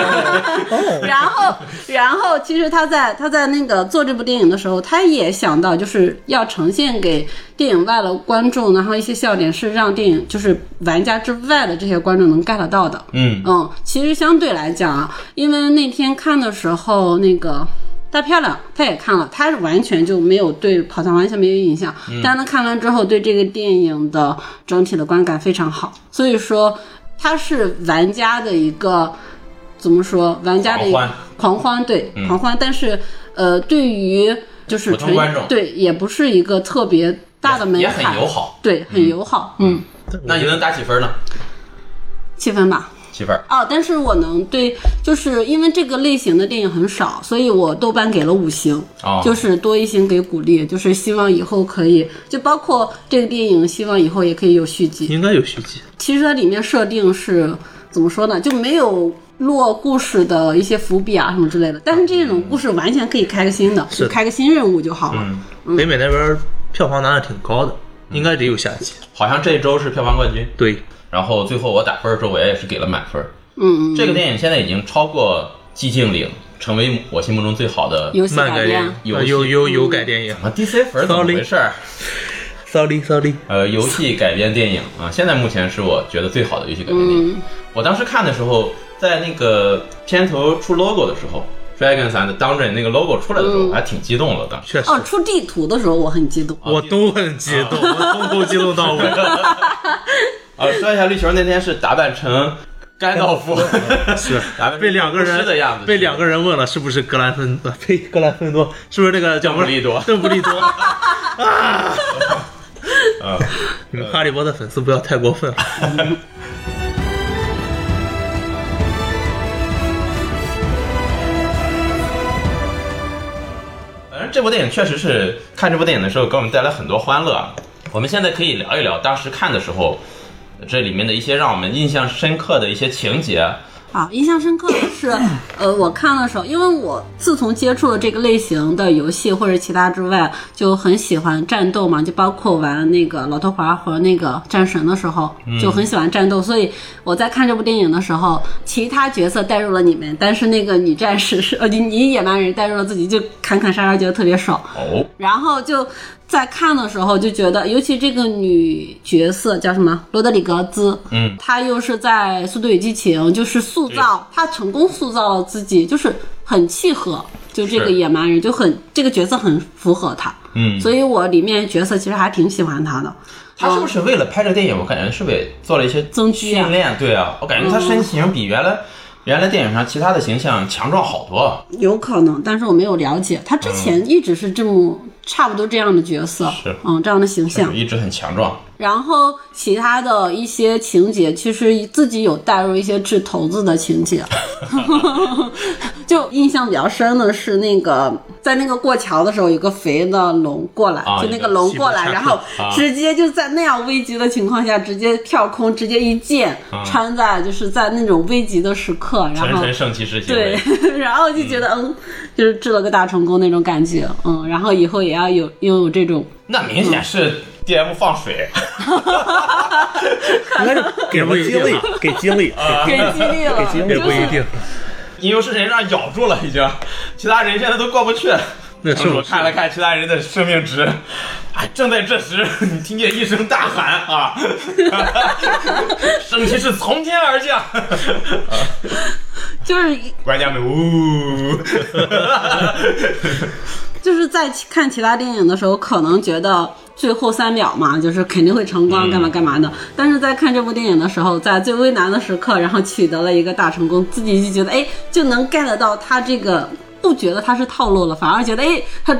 [SPEAKER 4] 然后，然后，其实他在他在那个做这部电影的时候，他也想到就是要呈现给电影外的观众，然后一些笑点是让电影就是玩家之外的这些观众能 get 到的。
[SPEAKER 1] 嗯
[SPEAKER 4] 嗯，其实相对来讲啊，因为那天看的时候，那个大漂亮她也看了，她是完全就没有对跑团完全没有印象，
[SPEAKER 1] 嗯
[SPEAKER 4] 但她看完之后对这个电影的整体的观感非常好，所以说她是玩家的一个怎么说，玩家的一个
[SPEAKER 1] 狂欢
[SPEAKER 4] 狂欢，对
[SPEAKER 1] 嗯
[SPEAKER 4] 狂欢，但是呃，对于就是
[SPEAKER 1] 普通
[SPEAKER 4] 纯
[SPEAKER 1] 观众
[SPEAKER 4] 对也不是一个特别大的门
[SPEAKER 1] 也
[SPEAKER 4] 槛，
[SPEAKER 1] 很友好。
[SPEAKER 4] 对，很友好，嗯，
[SPEAKER 1] 那你能打几分呢？
[SPEAKER 4] 七分吧。
[SPEAKER 1] 几分？
[SPEAKER 4] 哦，但是我能对，就是因为这个类型的电影很少，所以我豆瓣给了五星，
[SPEAKER 1] 哦
[SPEAKER 4] 就是多一星给鼓励，就是希望以后可以，就包括这个电影，希望以后也可以有续集。
[SPEAKER 2] 应该有续集。
[SPEAKER 4] 其实它里面设定是怎么说呢，就没有落故事的一些伏笔啊什么之类的，但是这种故事完全可以开个新的，
[SPEAKER 2] 是
[SPEAKER 4] 就开个新任务就好了。
[SPEAKER 1] 嗯，
[SPEAKER 2] 北美那边票房拿的挺高的，应该得有下集。
[SPEAKER 1] 好像这一周是票房冠军。
[SPEAKER 2] 对，
[SPEAKER 1] 然后最后我打分的时候，我也是给了满分。
[SPEAKER 4] 嗯，嗯
[SPEAKER 1] 这个电影现在已经超过《寂静岭》，成为我心目中最好的。
[SPEAKER 4] 游戏
[SPEAKER 2] 漫
[SPEAKER 4] 改
[SPEAKER 2] 改
[SPEAKER 4] 编
[SPEAKER 2] 电
[SPEAKER 4] 啊，
[SPEAKER 1] 游
[SPEAKER 2] 影，啊
[SPEAKER 1] 戏
[SPEAKER 2] 有有有改电影。
[SPEAKER 1] 啊，DC 分怎么回事儿？
[SPEAKER 2] sorry sorry，
[SPEAKER 1] 呃，游戏改编电影啊，现在目前是我觉得最好的游戏改编电影。
[SPEAKER 4] 嗯
[SPEAKER 1] 我当时看的时候，在那个片头出 logo 的时候，Dragon 三的 Dungeon 那个 logo 出来的时候，我还挺激动了。当时
[SPEAKER 2] 确实，
[SPEAKER 4] 哦，出地图的时候我很激动，
[SPEAKER 1] 哦
[SPEAKER 2] 我都很激动，我从头激动 到尾。
[SPEAKER 1] 啊，说一下绿球那天是打扮成甘道夫，
[SPEAKER 2] 是
[SPEAKER 1] 打扮成
[SPEAKER 2] 被两个
[SPEAKER 1] 巫
[SPEAKER 2] 人
[SPEAKER 1] 师的样子，
[SPEAKER 2] 被两个人问了是不是格兰芬呃呸格兰芬多，是不是那个叫什
[SPEAKER 1] 邓
[SPEAKER 2] 么
[SPEAKER 1] 布利多
[SPEAKER 2] 邓布利 多，
[SPEAKER 1] 啊，
[SPEAKER 2] 你们哈利波特粉丝不要太过分了。啊
[SPEAKER 1] 反正这部电影确实是看这部电影的时候给我们带来很多欢乐啊。我们现在可以聊一聊当时看的时候，这里面的一些让我们印象深刻的一些情节
[SPEAKER 4] 啊，印象深刻的是，呃，我看的时候，因为我自从接触了这个类型的游戏或者其他之外，就很喜欢战斗嘛，就包括玩那个老头环和那个战神的时候，就很喜欢战斗，所以我在看这部电影的时候，其他角色带入了你们，但是那个女战士是呃，你你野蛮人带入了自己，就砍砍杀杀，觉得特别爽。
[SPEAKER 1] 哦，
[SPEAKER 4] 然后就在看的时候就觉得，尤其这个女角色叫什么罗德里格兹，
[SPEAKER 1] 嗯，
[SPEAKER 4] 她又是在《速度与激情》就是塑造，她成功塑造了自己，就是很契合，就这个
[SPEAKER 1] 是
[SPEAKER 4] 野蛮人就很这个角色很符合她，
[SPEAKER 1] 嗯，
[SPEAKER 4] 所以我里面角色其实还挺喜欢她的。
[SPEAKER 1] 他是不是为了拍这电影？我感觉是为做了一些
[SPEAKER 4] 增肌啊
[SPEAKER 1] 训练，对啊，我感觉他身形比原来原来电影上其他的形象强壮好多啊。
[SPEAKER 4] 有可能，但是我没有了解，她之前一直是这么差不多这样的角色，
[SPEAKER 1] 嗯是
[SPEAKER 4] 嗯，这样的形象
[SPEAKER 1] 就。一直很强壮，
[SPEAKER 4] 然后其他的一些情节，其实自己有带入一些掷骰子的情节， 就印象比较深的是那个在那个过桥的时候，有个肥的龙过来，
[SPEAKER 1] 啊
[SPEAKER 4] 就那个龙过来，
[SPEAKER 1] 一个西部
[SPEAKER 4] 然后
[SPEAKER 1] 啊
[SPEAKER 4] 直接就在那样危急的情况下，直接跳空，直接一剑、穿在就是在那种危急的时刻，然
[SPEAKER 1] 沉
[SPEAKER 4] 后
[SPEAKER 1] 沉圣骑士行
[SPEAKER 4] 对
[SPEAKER 1] 为。，
[SPEAKER 4] 然后就觉得嗯，就是掷了个大成功那种感觉，嗯，然后以后也要有拥有这种
[SPEAKER 1] 那明显是 D M 放水，
[SPEAKER 3] 应该是给了激励，给激 励，
[SPEAKER 4] 给激励了，
[SPEAKER 1] 啊
[SPEAKER 3] 给
[SPEAKER 4] 嗯
[SPEAKER 3] 激励
[SPEAKER 4] 就
[SPEAKER 2] 也
[SPEAKER 4] 是
[SPEAKER 2] 不一定，
[SPEAKER 1] 因为是人让咬住了已经，其他人现在都过不去。
[SPEAKER 2] 那是
[SPEAKER 1] 我
[SPEAKER 2] 我
[SPEAKER 1] 看了看其他人的生命值，哎，正在这时，你听见一声大喊啊， 圣骑士从天而 降，
[SPEAKER 4] 就是
[SPEAKER 1] 玩家们呜，
[SPEAKER 4] 就是在看其他电影的时候，可能觉得最后三秒嘛，就是肯定会成
[SPEAKER 1] 嗯
[SPEAKER 4] 功，干嘛干嘛的。但是在看这部电影的时候，在最危难的时刻，然后取得了一个大成功，自己就觉得哎，就能 get 到他这个，不觉得他是套路了，反而觉得哎，他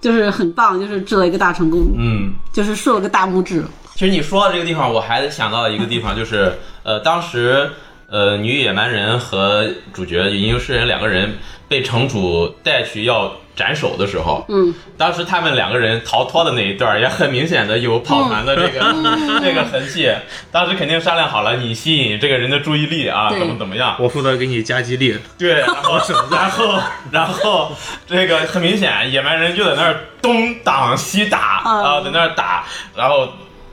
[SPEAKER 4] 就是很棒，就是掷了一个大成功，
[SPEAKER 1] 嗯。
[SPEAKER 4] 就是竖了个大拇指。
[SPEAKER 1] 其实你说到这个地方，我还想到一个地方，就是呃，当时呃，女野蛮人和主角吟游诗人两个人被城主带去要斩首的时候，
[SPEAKER 4] 嗯，
[SPEAKER 1] 当时他们两个人逃脱的那一段儿也很明显的有跑团的这个、 这个痕迹。当时肯定商量好了，你吸引这个人的注意力啊，
[SPEAKER 4] 对
[SPEAKER 1] 怎么怎么样。
[SPEAKER 2] 我负责给你加激励，
[SPEAKER 1] 对，然后然后然后这个很明显，野蛮人就在那儿东挡西打
[SPEAKER 4] 嗯
[SPEAKER 1] 啊、在那儿打，然后。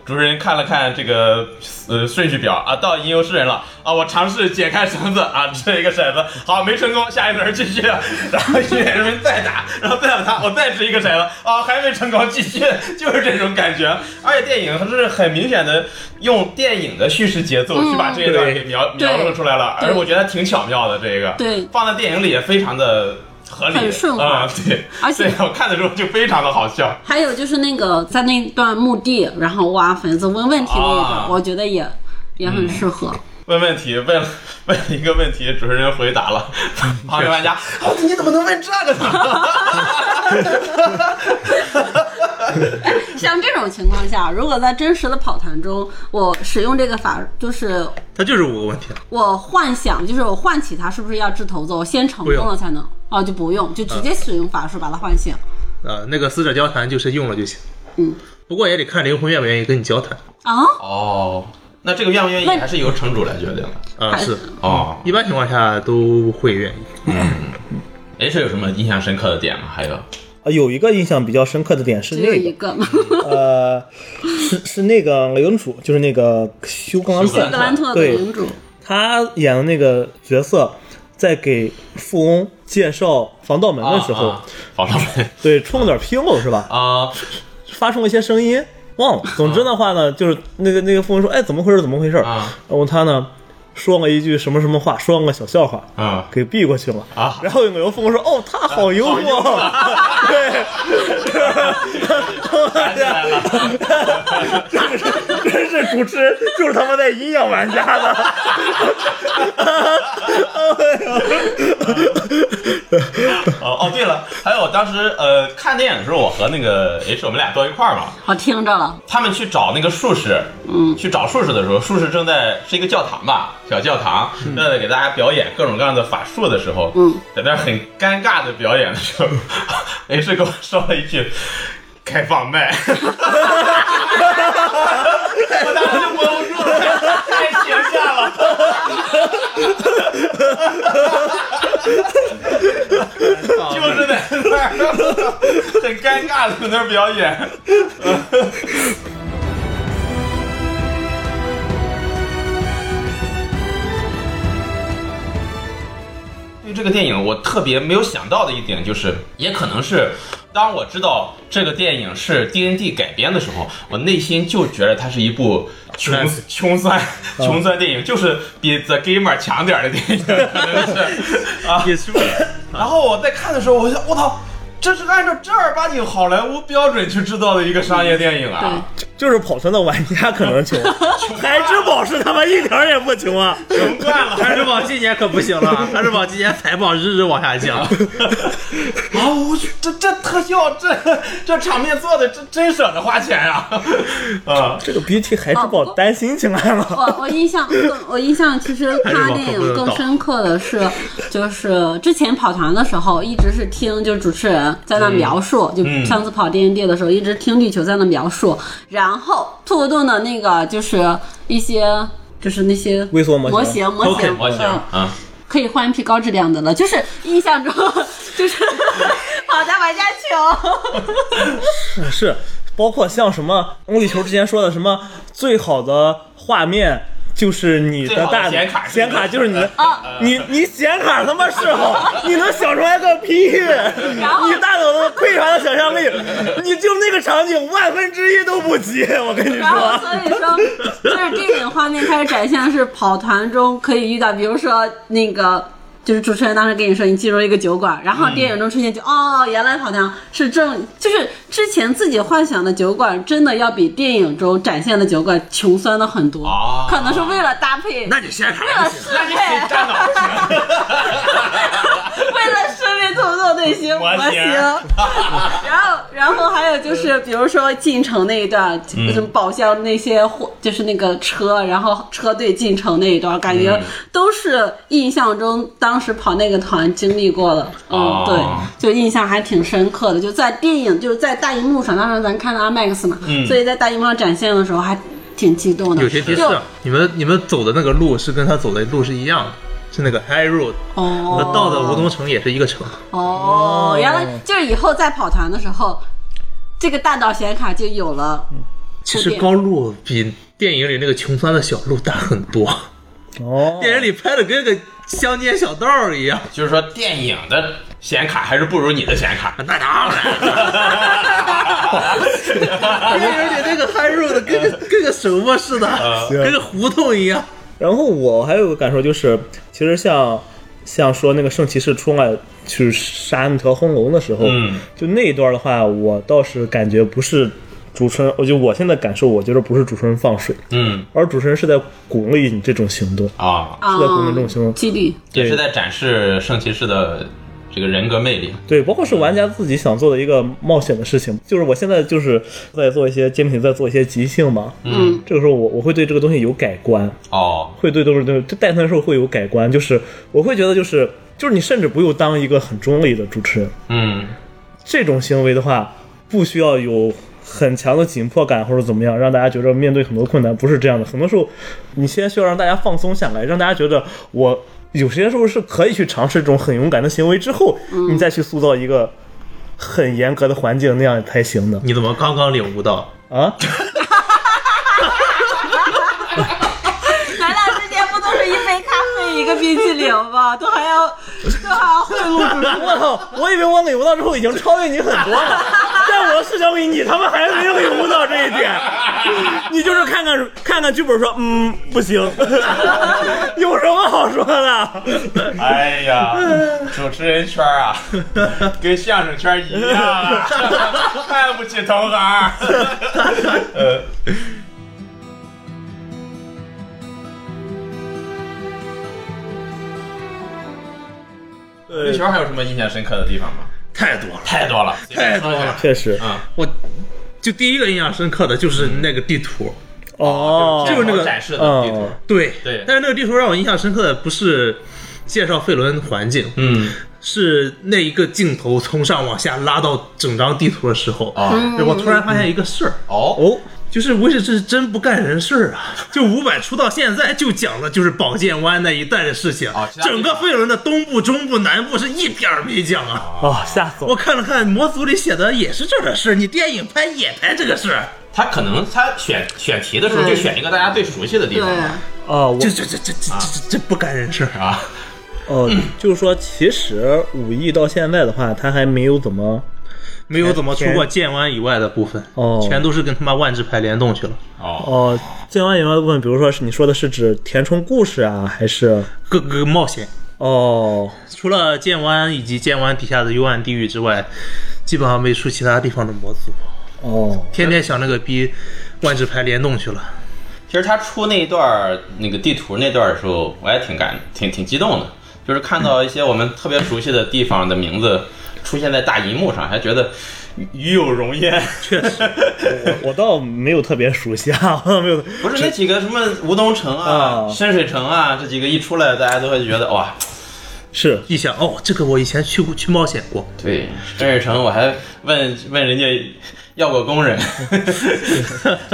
[SPEAKER 1] 主持人看了看这个呃顺序表啊，到吟游诗人了啊，我尝试解开绳子啊，这一个骰子，好没成功，下一轮继续， 然后野蛮人再打，然后再打，我再掷一个骰子啊，还没成功，继续， 就是这种感觉。而且电影它是很明显的用电影的叙事节奏去把这一段
[SPEAKER 2] 对
[SPEAKER 1] 给描
[SPEAKER 4] 对
[SPEAKER 1] 描述出来了，而
[SPEAKER 4] 嗯对
[SPEAKER 1] 我觉得挺巧妙的这个。
[SPEAKER 4] 对
[SPEAKER 1] 放在电影里也非常的合理，
[SPEAKER 4] 很顺滑
[SPEAKER 1] 啊、对，
[SPEAKER 4] 而且
[SPEAKER 1] 对我看的时候就非常的好笑。
[SPEAKER 4] 还有就是那个在那段墓地，然后挖坟子问问题那个，
[SPEAKER 1] 啊
[SPEAKER 4] 我觉得也也很适合。
[SPEAKER 1] 问问题，问 了问了一个问题，主持人回答 了，旁边玩家，哦，你怎么能问这个呢？
[SPEAKER 4] 像这种情况下，如果在真实的跑团中，我使用这个法，就是
[SPEAKER 2] 它就是五个问题啊了。
[SPEAKER 4] 我幻想，就是我唤起它是不是要掷骰子？我先成功了才能，哦，就不用，就直
[SPEAKER 3] 嗯
[SPEAKER 4] 接使用法术把它唤醒。
[SPEAKER 2] 啊，那个死者交谈就是用了就行。
[SPEAKER 4] 嗯，
[SPEAKER 2] 不过也得看灵魂愿不愿意跟你交谈
[SPEAKER 4] 啊，
[SPEAKER 1] 哦，那这个愿不愿意
[SPEAKER 4] 问
[SPEAKER 1] 还是由城主来决定的。
[SPEAKER 2] 啊，
[SPEAKER 4] 还
[SPEAKER 2] 是
[SPEAKER 1] 哦，
[SPEAKER 2] 一般情况下都会愿意。
[SPEAKER 1] 哎，这有什么印象深刻的点吗？还有，
[SPEAKER 3] 啊，有一个印象比较深刻的点是
[SPEAKER 4] 只有
[SPEAKER 3] 那
[SPEAKER 4] 一
[SPEAKER 3] 个，
[SPEAKER 4] 个
[SPEAKER 3] 呃，是是那个领主，就是那个休格兰
[SPEAKER 1] 休格
[SPEAKER 3] 特
[SPEAKER 1] 兰
[SPEAKER 4] 格，兰特的
[SPEAKER 3] 对
[SPEAKER 4] 领主，
[SPEAKER 3] 他演的那个角色，在给富翁介绍防盗门的时候，
[SPEAKER 1] 啊，防盗门
[SPEAKER 3] 对，出了点纰漏是吧？
[SPEAKER 1] 啊，
[SPEAKER 3] 发出了一些声音，忘了。总之的话呢，就是那个那个富翁说：“哎，怎么回事？怎么回事？”
[SPEAKER 1] 啊
[SPEAKER 3] 然后他呢说了一句什么什么话，说了个小笑话，
[SPEAKER 1] 嗯
[SPEAKER 3] 给避过去了。
[SPEAKER 1] 啊
[SPEAKER 3] 然后有个富翁说：“哦，他好幽
[SPEAKER 1] 好幽
[SPEAKER 3] 默。
[SPEAKER 1] 想起来了，
[SPEAKER 3] 对，哎 真是主持人就是他妈在阴阳玩家的。
[SPEAKER 1] 哦哦，对了，还有当时呃看电影的时候，我和那个 H 我们俩坐一块儿嘛，
[SPEAKER 4] 我听着了，
[SPEAKER 1] 他们去找那个术士，嗯，去找术士的时候，术士正在是一个教堂吧，小教堂，正在给大家表演各种各样的法术的时候，
[SPEAKER 4] 嗯，
[SPEAKER 1] 在那儿很尴尬的表演的时候， 没事给我说了一句。开放麦， 我当时就绷不住了，太形象了。 尴尬了，在那儿表演。对于这个电影，我特别没有想到的一点就是，也可能是当我知道这个电影是 D N D 改编的时候，我内心就觉得它是一部穷穷酸穷酸电影，就是比 The Gamer 强点儿的电影，可能是 啊，
[SPEAKER 2] 也是不
[SPEAKER 1] 然后我在看的时候，我想，我操，这是按照正儿八经好莱坞标准去制造的一个商业电影啊！
[SPEAKER 4] 对，
[SPEAKER 3] 就是跑团的玩家可能 穷，孩之宝是他妈一点儿也不穷啊！
[SPEAKER 1] 穷惯了，
[SPEAKER 2] 海之宝今年可不行 了，海之宝今年排榜日日往下降。
[SPEAKER 1] 啊！我去，这这特效，这这场面做的，真真舍得花钱 呀、啊！啊，
[SPEAKER 3] 这个比起孩之宝担心情来了。
[SPEAKER 4] 我我印象更我印象其实看完电影更深刻的是，就是之前跑团的时候一直是听就是主持人在
[SPEAKER 3] 嗯
[SPEAKER 4] 那描述，就上次跑 D N D 的时候一直听绿球在那描述，然后兔子洞的那个就是一些就是那些
[SPEAKER 3] 微缩模型
[SPEAKER 4] 模型模
[SPEAKER 2] OK，
[SPEAKER 4] 型
[SPEAKER 1] 我行
[SPEAKER 4] 嗯
[SPEAKER 1] 啊，
[SPEAKER 4] 可以换一批高质量的了，就是印象中就是 跑团玩家球，
[SPEAKER 3] 是，包括像什么物理球之前说的什么最好的画面。就是你的
[SPEAKER 1] 最好
[SPEAKER 3] 大
[SPEAKER 1] 的显卡
[SPEAKER 3] 显卡就是你的
[SPEAKER 4] 啊，
[SPEAKER 3] 你你显卡他妈是好，你能想出来个屁！
[SPEAKER 4] 后
[SPEAKER 3] 你大脑的匮乏的想象力，你就那个场景万分之一都不及，我跟你
[SPEAKER 4] 然 后
[SPEAKER 3] 说
[SPEAKER 4] 所。以说就是电影画面开始展现的是跑团中可以遇到，比如说那个。就是主持人当时跟你说，你进入一个酒馆，然后电影中出现就、哦，原来跑团是正，就是之前自己幻想的酒馆，真的要比电影中展现的酒馆穷酸的很多，
[SPEAKER 1] 哦
[SPEAKER 4] 可能是为了搭配，
[SPEAKER 2] 那你先看
[SPEAKER 4] 为了适
[SPEAKER 1] 那你得
[SPEAKER 4] 配，
[SPEAKER 1] 占脑筋。
[SPEAKER 4] 为了顺便透露那些模
[SPEAKER 1] 啊模型
[SPEAKER 4] 型，然后然后还有就是，
[SPEAKER 1] 嗯
[SPEAKER 4] 比如说进城那一段，什么宝箱那些货，就是那个车，然后车队进城那一段，感觉
[SPEAKER 1] 嗯
[SPEAKER 4] 都是印象中当时跑那个团经历过的。
[SPEAKER 1] 哦
[SPEAKER 4] 嗯，对，就印象还挺深刻的。就在电影，就是在大荧幕上，当时咱看的 IMAX 嘛，
[SPEAKER 1] 嗯
[SPEAKER 4] 所以在大荧幕上展现的时候还挺激动的。
[SPEAKER 2] 有些提示啊
[SPEAKER 4] 就，
[SPEAKER 2] 你们你们走的那个路是跟他走的路是一样的，是那个 High Road，
[SPEAKER 4] 哦，
[SPEAKER 2] 和到的吴东城也是一个城。
[SPEAKER 4] 哦
[SPEAKER 3] 哦，
[SPEAKER 4] 原来就是以后再跑团的时候，这个大脑显卡就有了。
[SPEAKER 2] 其实高路比电影里那个穷酸的小路大很多，
[SPEAKER 3] 哦
[SPEAKER 2] 电影里拍的跟个乡间小道儿一样。
[SPEAKER 1] 就是说，电影的显卡还是不如你的显卡。
[SPEAKER 2] 那当然 了，电影里那个 High Road 跟个跟个什么似的，跟个胡同一样。
[SPEAKER 3] 然后我还有个感受就是，其实像像说那个圣骑士出来去杀那条红龙的时候，
[SPEAKER 1] 嗯
[SPEAKER 3] 就那一段的话，我倒是感觉不是主持人，我就我现在感受，我觉得不是主持人放水，
[SPEAKER 1] 嗯
[SPEAKER 3] 而主持人是在鼓励你这种行动，
[SPEAKER 1] 啊，
[SPEAKER 4] 啊，
[SPEAKER 3] 在国民众心中
[SPEAKER 4] 激励。
[SPEAKER 1] 也是在展示圣骑士的这个人格魅力。
[SPEAKER 3] 对，包括是玩家自己想做的一个冒险的事
[SPEAKER 1] 嗯
[SPEAKER 3] 情。就是我现在就是在做一些精品，在做一些即兴嘛，
[SPEAKER 4] 嗯，
[SPEAKER 3] 这个时候我我会对这个东西有改观，
[SPEAKER 1] 哦，
[SPEAKER 3] 会对都是对就带团的时候会有改观，就是我会觉得就是就是你甚至不用当一个很中立的主持人。
[SPEAKER 1] 嗯
[SPEAKER 3] 这种行为的话，不需要有很强的紧迫感或者怎么样，让大家觉得面对很多困难不是这样的。很多时候，你先需要让大家放松下来，让大家觉得我有些时候是可以去尝试这种很勇敢的行为，之后你再去塑造一个很严格的环境，那样才行的
[SPEAKER 2] 你怎么刚刚领悟到？
[SPEAKER 3] 啊。
[SPEAKER 4] 难道之前不都是一杯咖啡一个冰淇淋吗？都还要都还要贿赂主持人？
[SPEAKER 3] 我操！我以为我领悟到之后已经超越你很多了，在我的视角里，你他妈还没有领悟到这一点。你就是看看看看剧本说，嗯，不行，有什么好说的？
[SPEAKER 1] 哎呀，主持人圈儿啊，跟相声圈儿一样啊，看不起同行。呃，对圈儿还有什么印象深刻的地方吗？
[SPEAKER 2] 太多了，
[SPEAKER 1] 太多了，
[SPEAKER 2] 太多了。
[SPEAKER 3] 确实，
[SPEAKER 1] 嗯
[SPEAKER 2] 我就第一个印象深刻的就是那个地图，
[SPEAKER 3] 哦，
[SPEAKER 2] 就是那个
[SPEAKER 1] 展示的地图。
[SPEAKER 2] 对
[SPEAKER 1] 对
[SPEAKER 2] 但是那个地图让我印象深刻的不是介绍费伦环境，
[SPEAKER 1] 嗯，
[SPEAKER 2] 是那一个镜头从上往下拉到整张地图的时候，
[SPEAKER 1] 啊，
[SPEAKER 2] 我突然发现一个事儿，
[SPEAKER 1] 哦，
[SPEAKER 3] 哦，
[SPEAKER 2] 就是威士忌是真不干人事儿啊！就伍佰出到现在就讲的就是宝剑湾那一带的事情，
[SPEAKER 1] 哦其他地方
[SPEAKER 2] 整个费伦的东部、中部、南部是一点儿没讲啊！
[SPEAKER 3] 哦，吓死
[SPEAKER 2] 我
[SPEAKER 3] 我！
[SPEAKER 2] 看了看，模组里写的也是这个事儿，你电影拍也拍这个事儿，
[SPEAKER 1] 他可能他选选题的时候就选一个大家最熟悉的地
[SPEAKER 4] 对
[SPEAKER 1] 方吧
[SPEAKER 3] 哦，我
[SPEAKER 2] 这这这这这这这这不干人事儿啊！
[SPEAKER 1] 啊，
[SPEAKER 3] 哦，就是说，其实武艺到现在的话，他还没有怎么
[SPEAKER 2] 没有怎么出过剑湾以外的部分，
[SPEAKER 3] 哦
[SPEAKER 2] 全都是跟他妈万智牌联动去了，
[SPEAKER 1] 哦，
[SPEAKER 3] 哦。剑湾以外的部分，比如说是你说的是指填充故事啊，还是
[SPEAKER 2] 各个冒险。
[SPEAKER 3] 哦
[SPEAKER 2] 除了剑湾以及剑湾底下的幽暗地狱之外，基本上没出其他地方的模组，
[SPEAKER 3] 哦
[SPEAKER 2] 天天想那个逼万智牌联动去了。
[SPEAKER 1] 其实他出那一段儿那个地图那段儿的时候，我也挺感挺挺激动的，就是看到一些我们特别熟悉的地方的名字出现在大荧幕上，还觉得与有荣焉。
[SPEAKER 2] 确实，
[SPEAKER 3] 我我倒没有特别熟悉啊，我倒没有。
[SPEAKER 1] 不是那几个什么吴东城啊、
[SPEAKER 3] 啊
[SPEAKER 1] 深水城啊，这几个一出来，大家都会觉得哇，
[SPEAKER 3] 是
[SPEAKER 2] 一想哦，这个我以前去过去冒险过，
[SPEAKER 1] 对，深水城我还问问人家要过工人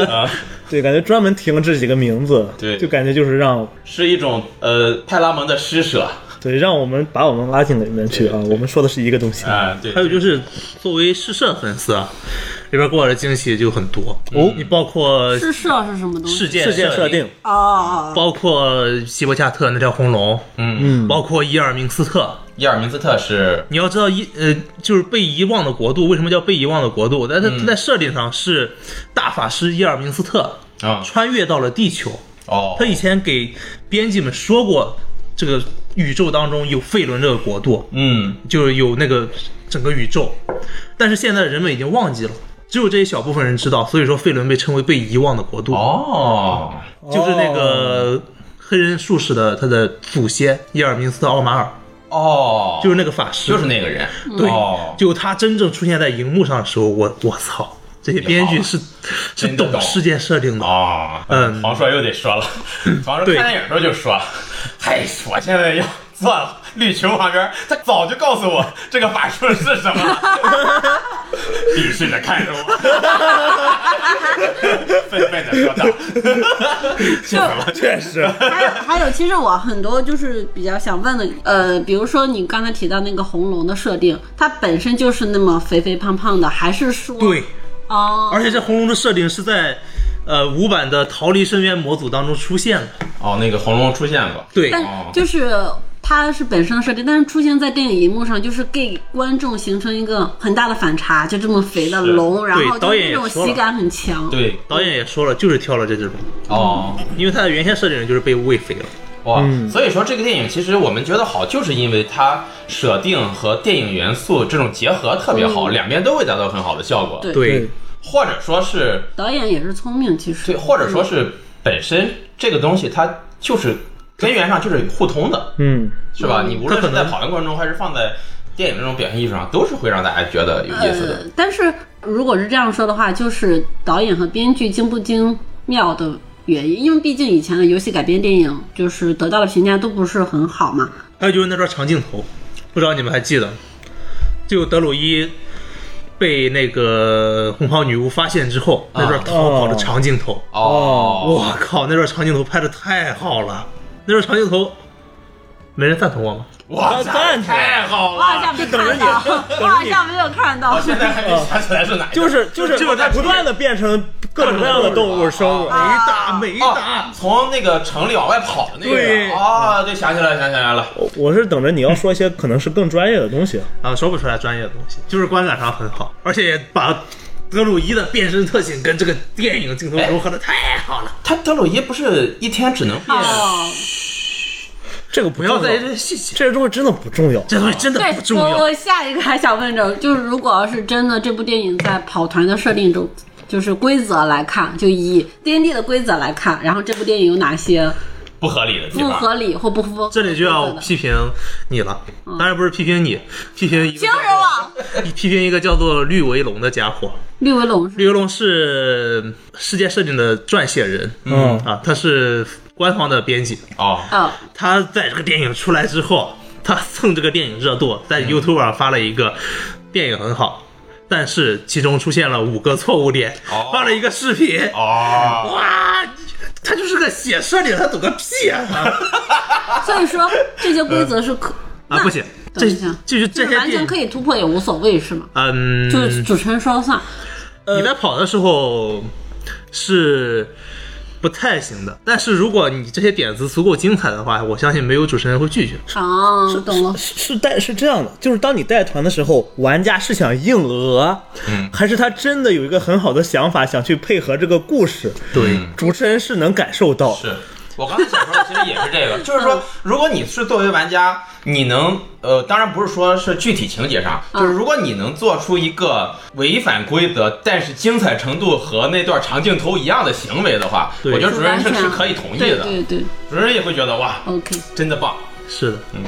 [SPEAKER 1] 啊，
[SPEAKER 3] 对，感觉专门提了这几个名字，
[SPEAKER 1] 对
[SPEAKER 3] 就感觉就是让
[SPEAKER 1] 是一种呃派拉蒙的施舍
[SPEAKER 3] 对让我们把我们拉进里面去啊。我们说的是一个东西
[SPEAKER 1] 啊，对，
[SPEAKER 2] 还有就是作为试射粉丝啊，里边给我的惊喜就很多哦，你包括
[SPEAKER 4] 是社呃是什么东西？
[SPEAKER 2] 事件
[SPEAKER 3] 事件设定，，
[SPEAKER 4] 哦哦哦，
[SPEAKER 2] 包括希伯恰特那条红龙，
[SPEAKER 1] 嗯，
[SPEAKER 3] 嗯
[SPEAKER 2] 包括伊尔明斯特，
[SPEAKER 1] 伊尔明斯特是
[SPEAKER 2] 你要知道一呃，就是被遗忘的国度，为什么叫被遗忘的国度？但
[SPEAKER 1] 嗯
[SPEAKER 2] 是它在设定上是大法师伊尔明斯特
[SPEAKER 1] 啊
[SPEAKER 2] 穿越到了地球。
[SPEAKER 1] 哦
[SPEAKER 2] 他以前给编辑们说过，这个宇宙当中有费伦这个国度，
[SPEAKER 1] 嗯
[SPEAKER 2] 就是有那个整个宇宙，但是现在人们已经忘记了。只有这一小部分人知道，所以说费伦被称为被遗忘的国度，
[SPEAKER 1] 哦
[SPEAKER 2] 就是那个黑人术士的他的祖先伊尔明斯特奥马尔，
[SPEAKER 1] 哦，
[SPEAKER 2] 就是那个法师，
[SPEAKER 1] 就是那个人，
[SPEAKER 2] 对
[SPEAKER 1] 哦，
[SPEAKER 2] 就他真正出现在荧幕上的时候，我我操，这些编剧是是
[SPEAKER 1] 真的
[SPEAKER 2] 懂
[SPEAKER 1] 懂
[SPEAKER 2] 世界设定的。
[SPEAKER 1] 哦，
[SPEAKER 2] 嗯
[SPEAKER 1] 黄硕又得说了，黄硕
[SPEAKER 2] 对
[SPEAKER 1] 看电影时候就说，嘿，我现在要算了，绿球旁边，他早就告诉我这个法术是什么了，鄙视着看着我，愤愤的说道，
[SPEAKER 4] 就
[SPEAKER 3] 确实，
[SPEAKER 4] 还有还有，其实我很多就是比较想问的，呃，比如说你刚才提到那个红龙的设定，它本身就是那么肥肥胖胖的，还是说
[SPEAKER 2] 对，
[SPEAKER 4] 哦，
[SPEAKER 2] 而且这红龙的设定是在呃五版的逃离深渊模组当中出现的。
[SPEAKER 1] 哦，那个红龙出现过，哦
[SPEAKER 2] 对，
[SPEAKER 4] 但就是它是本身的设定，但是出现在电影荧幕上，就是给观众形成一个很大的反差，就这么肥的
[SPEAKER 1] 是
[SPEAKER 4] 龙，然
[SPEAKER 2] 对
[SPEAKER 4] 后
[SPEAKER 2] 导
[SPEAKER 4] 就
[SPEAKER 2] 演
[SPEAKER 4] 是那
[SPEAKER 2] 也
[SPEAKER 4] 种
[SPEAKER 2] 说
[SPEAKER 4] 喜
[SPEAKER 2] 了
[SPEAKER 4] 感很强，
[SPEAKER 1] 对，
[SPEAKER 2] 导演也说了，就是挑了这只龙，
[SPEAKER 1] 哦，
[SPEAKER 2] 因为他的原先设定就是被喂肥了。
[SPEAKER 1] 哇，
[SPEAKER 3] 嗯
[SPEAKER 1] 所以说这个电影其实我们觉得好，就是因为它设定和电影元素这种结合特别
[SPEAKER 3] 嗯
[SPEAKER 1] 好，两边都会达到很好的效果，
[SPEAKER 4] 对
[SPEAKER 2] 对，
[SPEAKER 1] 或者说是
[SPEAKER 4] 导演也是聪明，其
[SPEAKER 1] 对，
[SPEAKER 4] 实
[SPEAKER 1] 或者说
[SPEAKER 3] 嗯
[SPEAKER 1] 是本身这个东西它就是根源上就是互通的，
[SPEAKER 3] 嗯，
[SPEAKER 1] 是吧？你无论是
[SPEAKER 2] 它可
[SPEAKER 1] 在
[SPEAKER 2] 能
[SPEAKER 1] 讨论过程中，还是放在电影这种表现艺术上，都是会让大家觉得有意思的。
[SPEAKER 4] 呃，但是如果是这样说的话，就是导演和编剧精不精妙的原因，因为毕竟以前的游戏改编电影就是得到的评价都不是很好嘛。
[SPEAKER 2] 还有就是那段长镜头，不知道你们还记得，就德鲁伊被那个红袍女巫发现之后，那段逃跑的长镜头。
[SPEAKER 1] 啊
[SPEAKER 3] 呃
[SPEAKER 1] 哦，
[SPEAKER 2] 我靠，那段长镜头拍的太好了，那段长镜头，没人赞同我吗？
[SPEAKER 1] 哇塞，
[SPEAKER 3] 赞成
[SPEAKER 1] 太好
[SPEAKER 4] 我 好
[SPEAKER 1] 了！
[SPEAKER 4] 像没看到，我好像没有看到
[SPEAKER 1] 我。哦现 在还没想起来是哪一个，
[SPEAKER 3] 就是就是
[SPEAKER 1] 就是
[SPEAKER 3] 它不断的变成各种各样的动物生物
[SPEAKER 1] 啊，
[SPEAKER 2] 没打，没
[SPEAKER 1] 哦
[SPEAKER 2] 打，，
[SPEAKER 1] 从那个城里往外跑的那个
[SPEAKER 2] 对
[SPEAKER 1] 人哦，对，想起来了，想起来了。
[SPEAKER 3] 我我是等着你要说一些可能是更专业的东西。
[SPEAKER 2] 啊，说不出来专业的东西，就是观感上很好，而且把德鲁伊的变身特性跟这个电影镜头融合的太好了。
[SPEAKER 1] 他德鲁伊不是一天只能变
[SPEAKER 4] 哦，
[SPEAKER 3] 这个不
[SPEAKER 2] 不要
[SPEAKER 3] 重
[SPEAKER 2] 在意
[SPEAKER 3] 要
[SPEAKER 2] 这些细节，
[SPEAKER 3] 这个东西真的不重要。
[SPEAKER 2] 这
[SPEAKER 1] 哦
[SPEAKER 2] 东西真的
[SPEAKER 4] 对
[SPEAKER 2] 不重，
[SPEAKER 4] 我
[SPEAKER 2] 要。
[SPEAKER 4] 我下一个还想问着，就是如果要是真的这部电影在跑团的设定中，就是规则来看，就以 D N D 的规则来看，然后这部电影有哪些
[SPEAKER 1] 不合理的地
[SPEAKER 4] 不
[SPEAKER 1] 方？
[SPEAKER 4] 合理或不符合
[SPEAKER 2] 这里就要
[SPEAKER 4] 规则的
[SPEAKER 2] 批评你了，当然不是批评你，批评一个
[SPEAKER 4] 听着嗯了，
[SPEAKER 2] 批评一个叫做绿维龙的家伙。
[SPEAKER 4] 绿尾龙是
[SPEAKER 2] 绿维龙是世界设定的撰写人，
[SPEAKER 3] 嗯
[SPEAKER 2] 啊，他是官方的编辑，
[SPEAKER 1] 哦，
[SPEAKER 4] 哦，
[SPEAKER 2] 他在这个电影出来之后，他蹭这个电影热度，在 YouTube 上发了一个电影很好，但是其中出现了五个错误点，
[SPEAKER 1] 哦
[SPEAKER 2] 放了一个视频，
[SPEAKER 1] 哦，
[SPEAKER 2] 哇，他就是个写设计的，他懂个屁 啊！
[SPEAKER 4] 所以说这些规则是可
[SPEAKER 2] 啊，不行，
[SPEAKER 4] 等
[SPEAKER 2] 这
[SPEAKER 4] 一下
[SPEAKER 2] 就是这
[SPEAKER 4] 就是
[SPEAKER 2] 些
[SPEAKER 4] 完
[SPEAKER 2] 电
[SPEAKER 4] 全
[SPEAKER 2] 影
[SPEAKER 4] 可，以突破也无所谓是吗？
[SPEAKER 2] 嗯，
[SPEAKER 4] 就是主持人说了算，
[SPEAKER 2] 你在跑的时候是不太行的，但是如果你这些点子足够精彩的话，我相信没有主持人会拒绝。
[SPEAKER 4] 哦，懂了。
[SPEAKER 3] 是是带是这样的，就是当你带团的时候，玩家是想硬讹，嗯，还是他真的有一个很好的想法，想去配合这个故事？
[SPEAKER 2] 对，
[SPEAKER 3] 主持人是能感受到，
[SPEAKER 1] 是我刚才想说的其实也是这 个，就是说，如果你是作为玩家，你能呃，当然不是说是具体情节上，
[SPEAKER 4] 嗯
[SPEAKER 1] 就是如果你能做出一个违反规则，但是精彩程度和那段长镜头一样的行为的话，
[SPEAKER 2] 对
[SPEAKER 1] 我觉得主持人
[SPEAKER 4] 完
[SPEAKER 1] 是
[SPEAKER 4] 全
[SPEAKER 1] 是可以同意
[SPEAKER 4] 对
[SPEAKER 1] 的，
[SPEAKER 4] 对对
[SPEAKER 1] 主持人也会觉得哇，
[SPEAKER 4] ，OK。
[SPEAKER 1] 真的棒。
[SPEAKER 2] 是的，
[SPEAKER 1] 嗯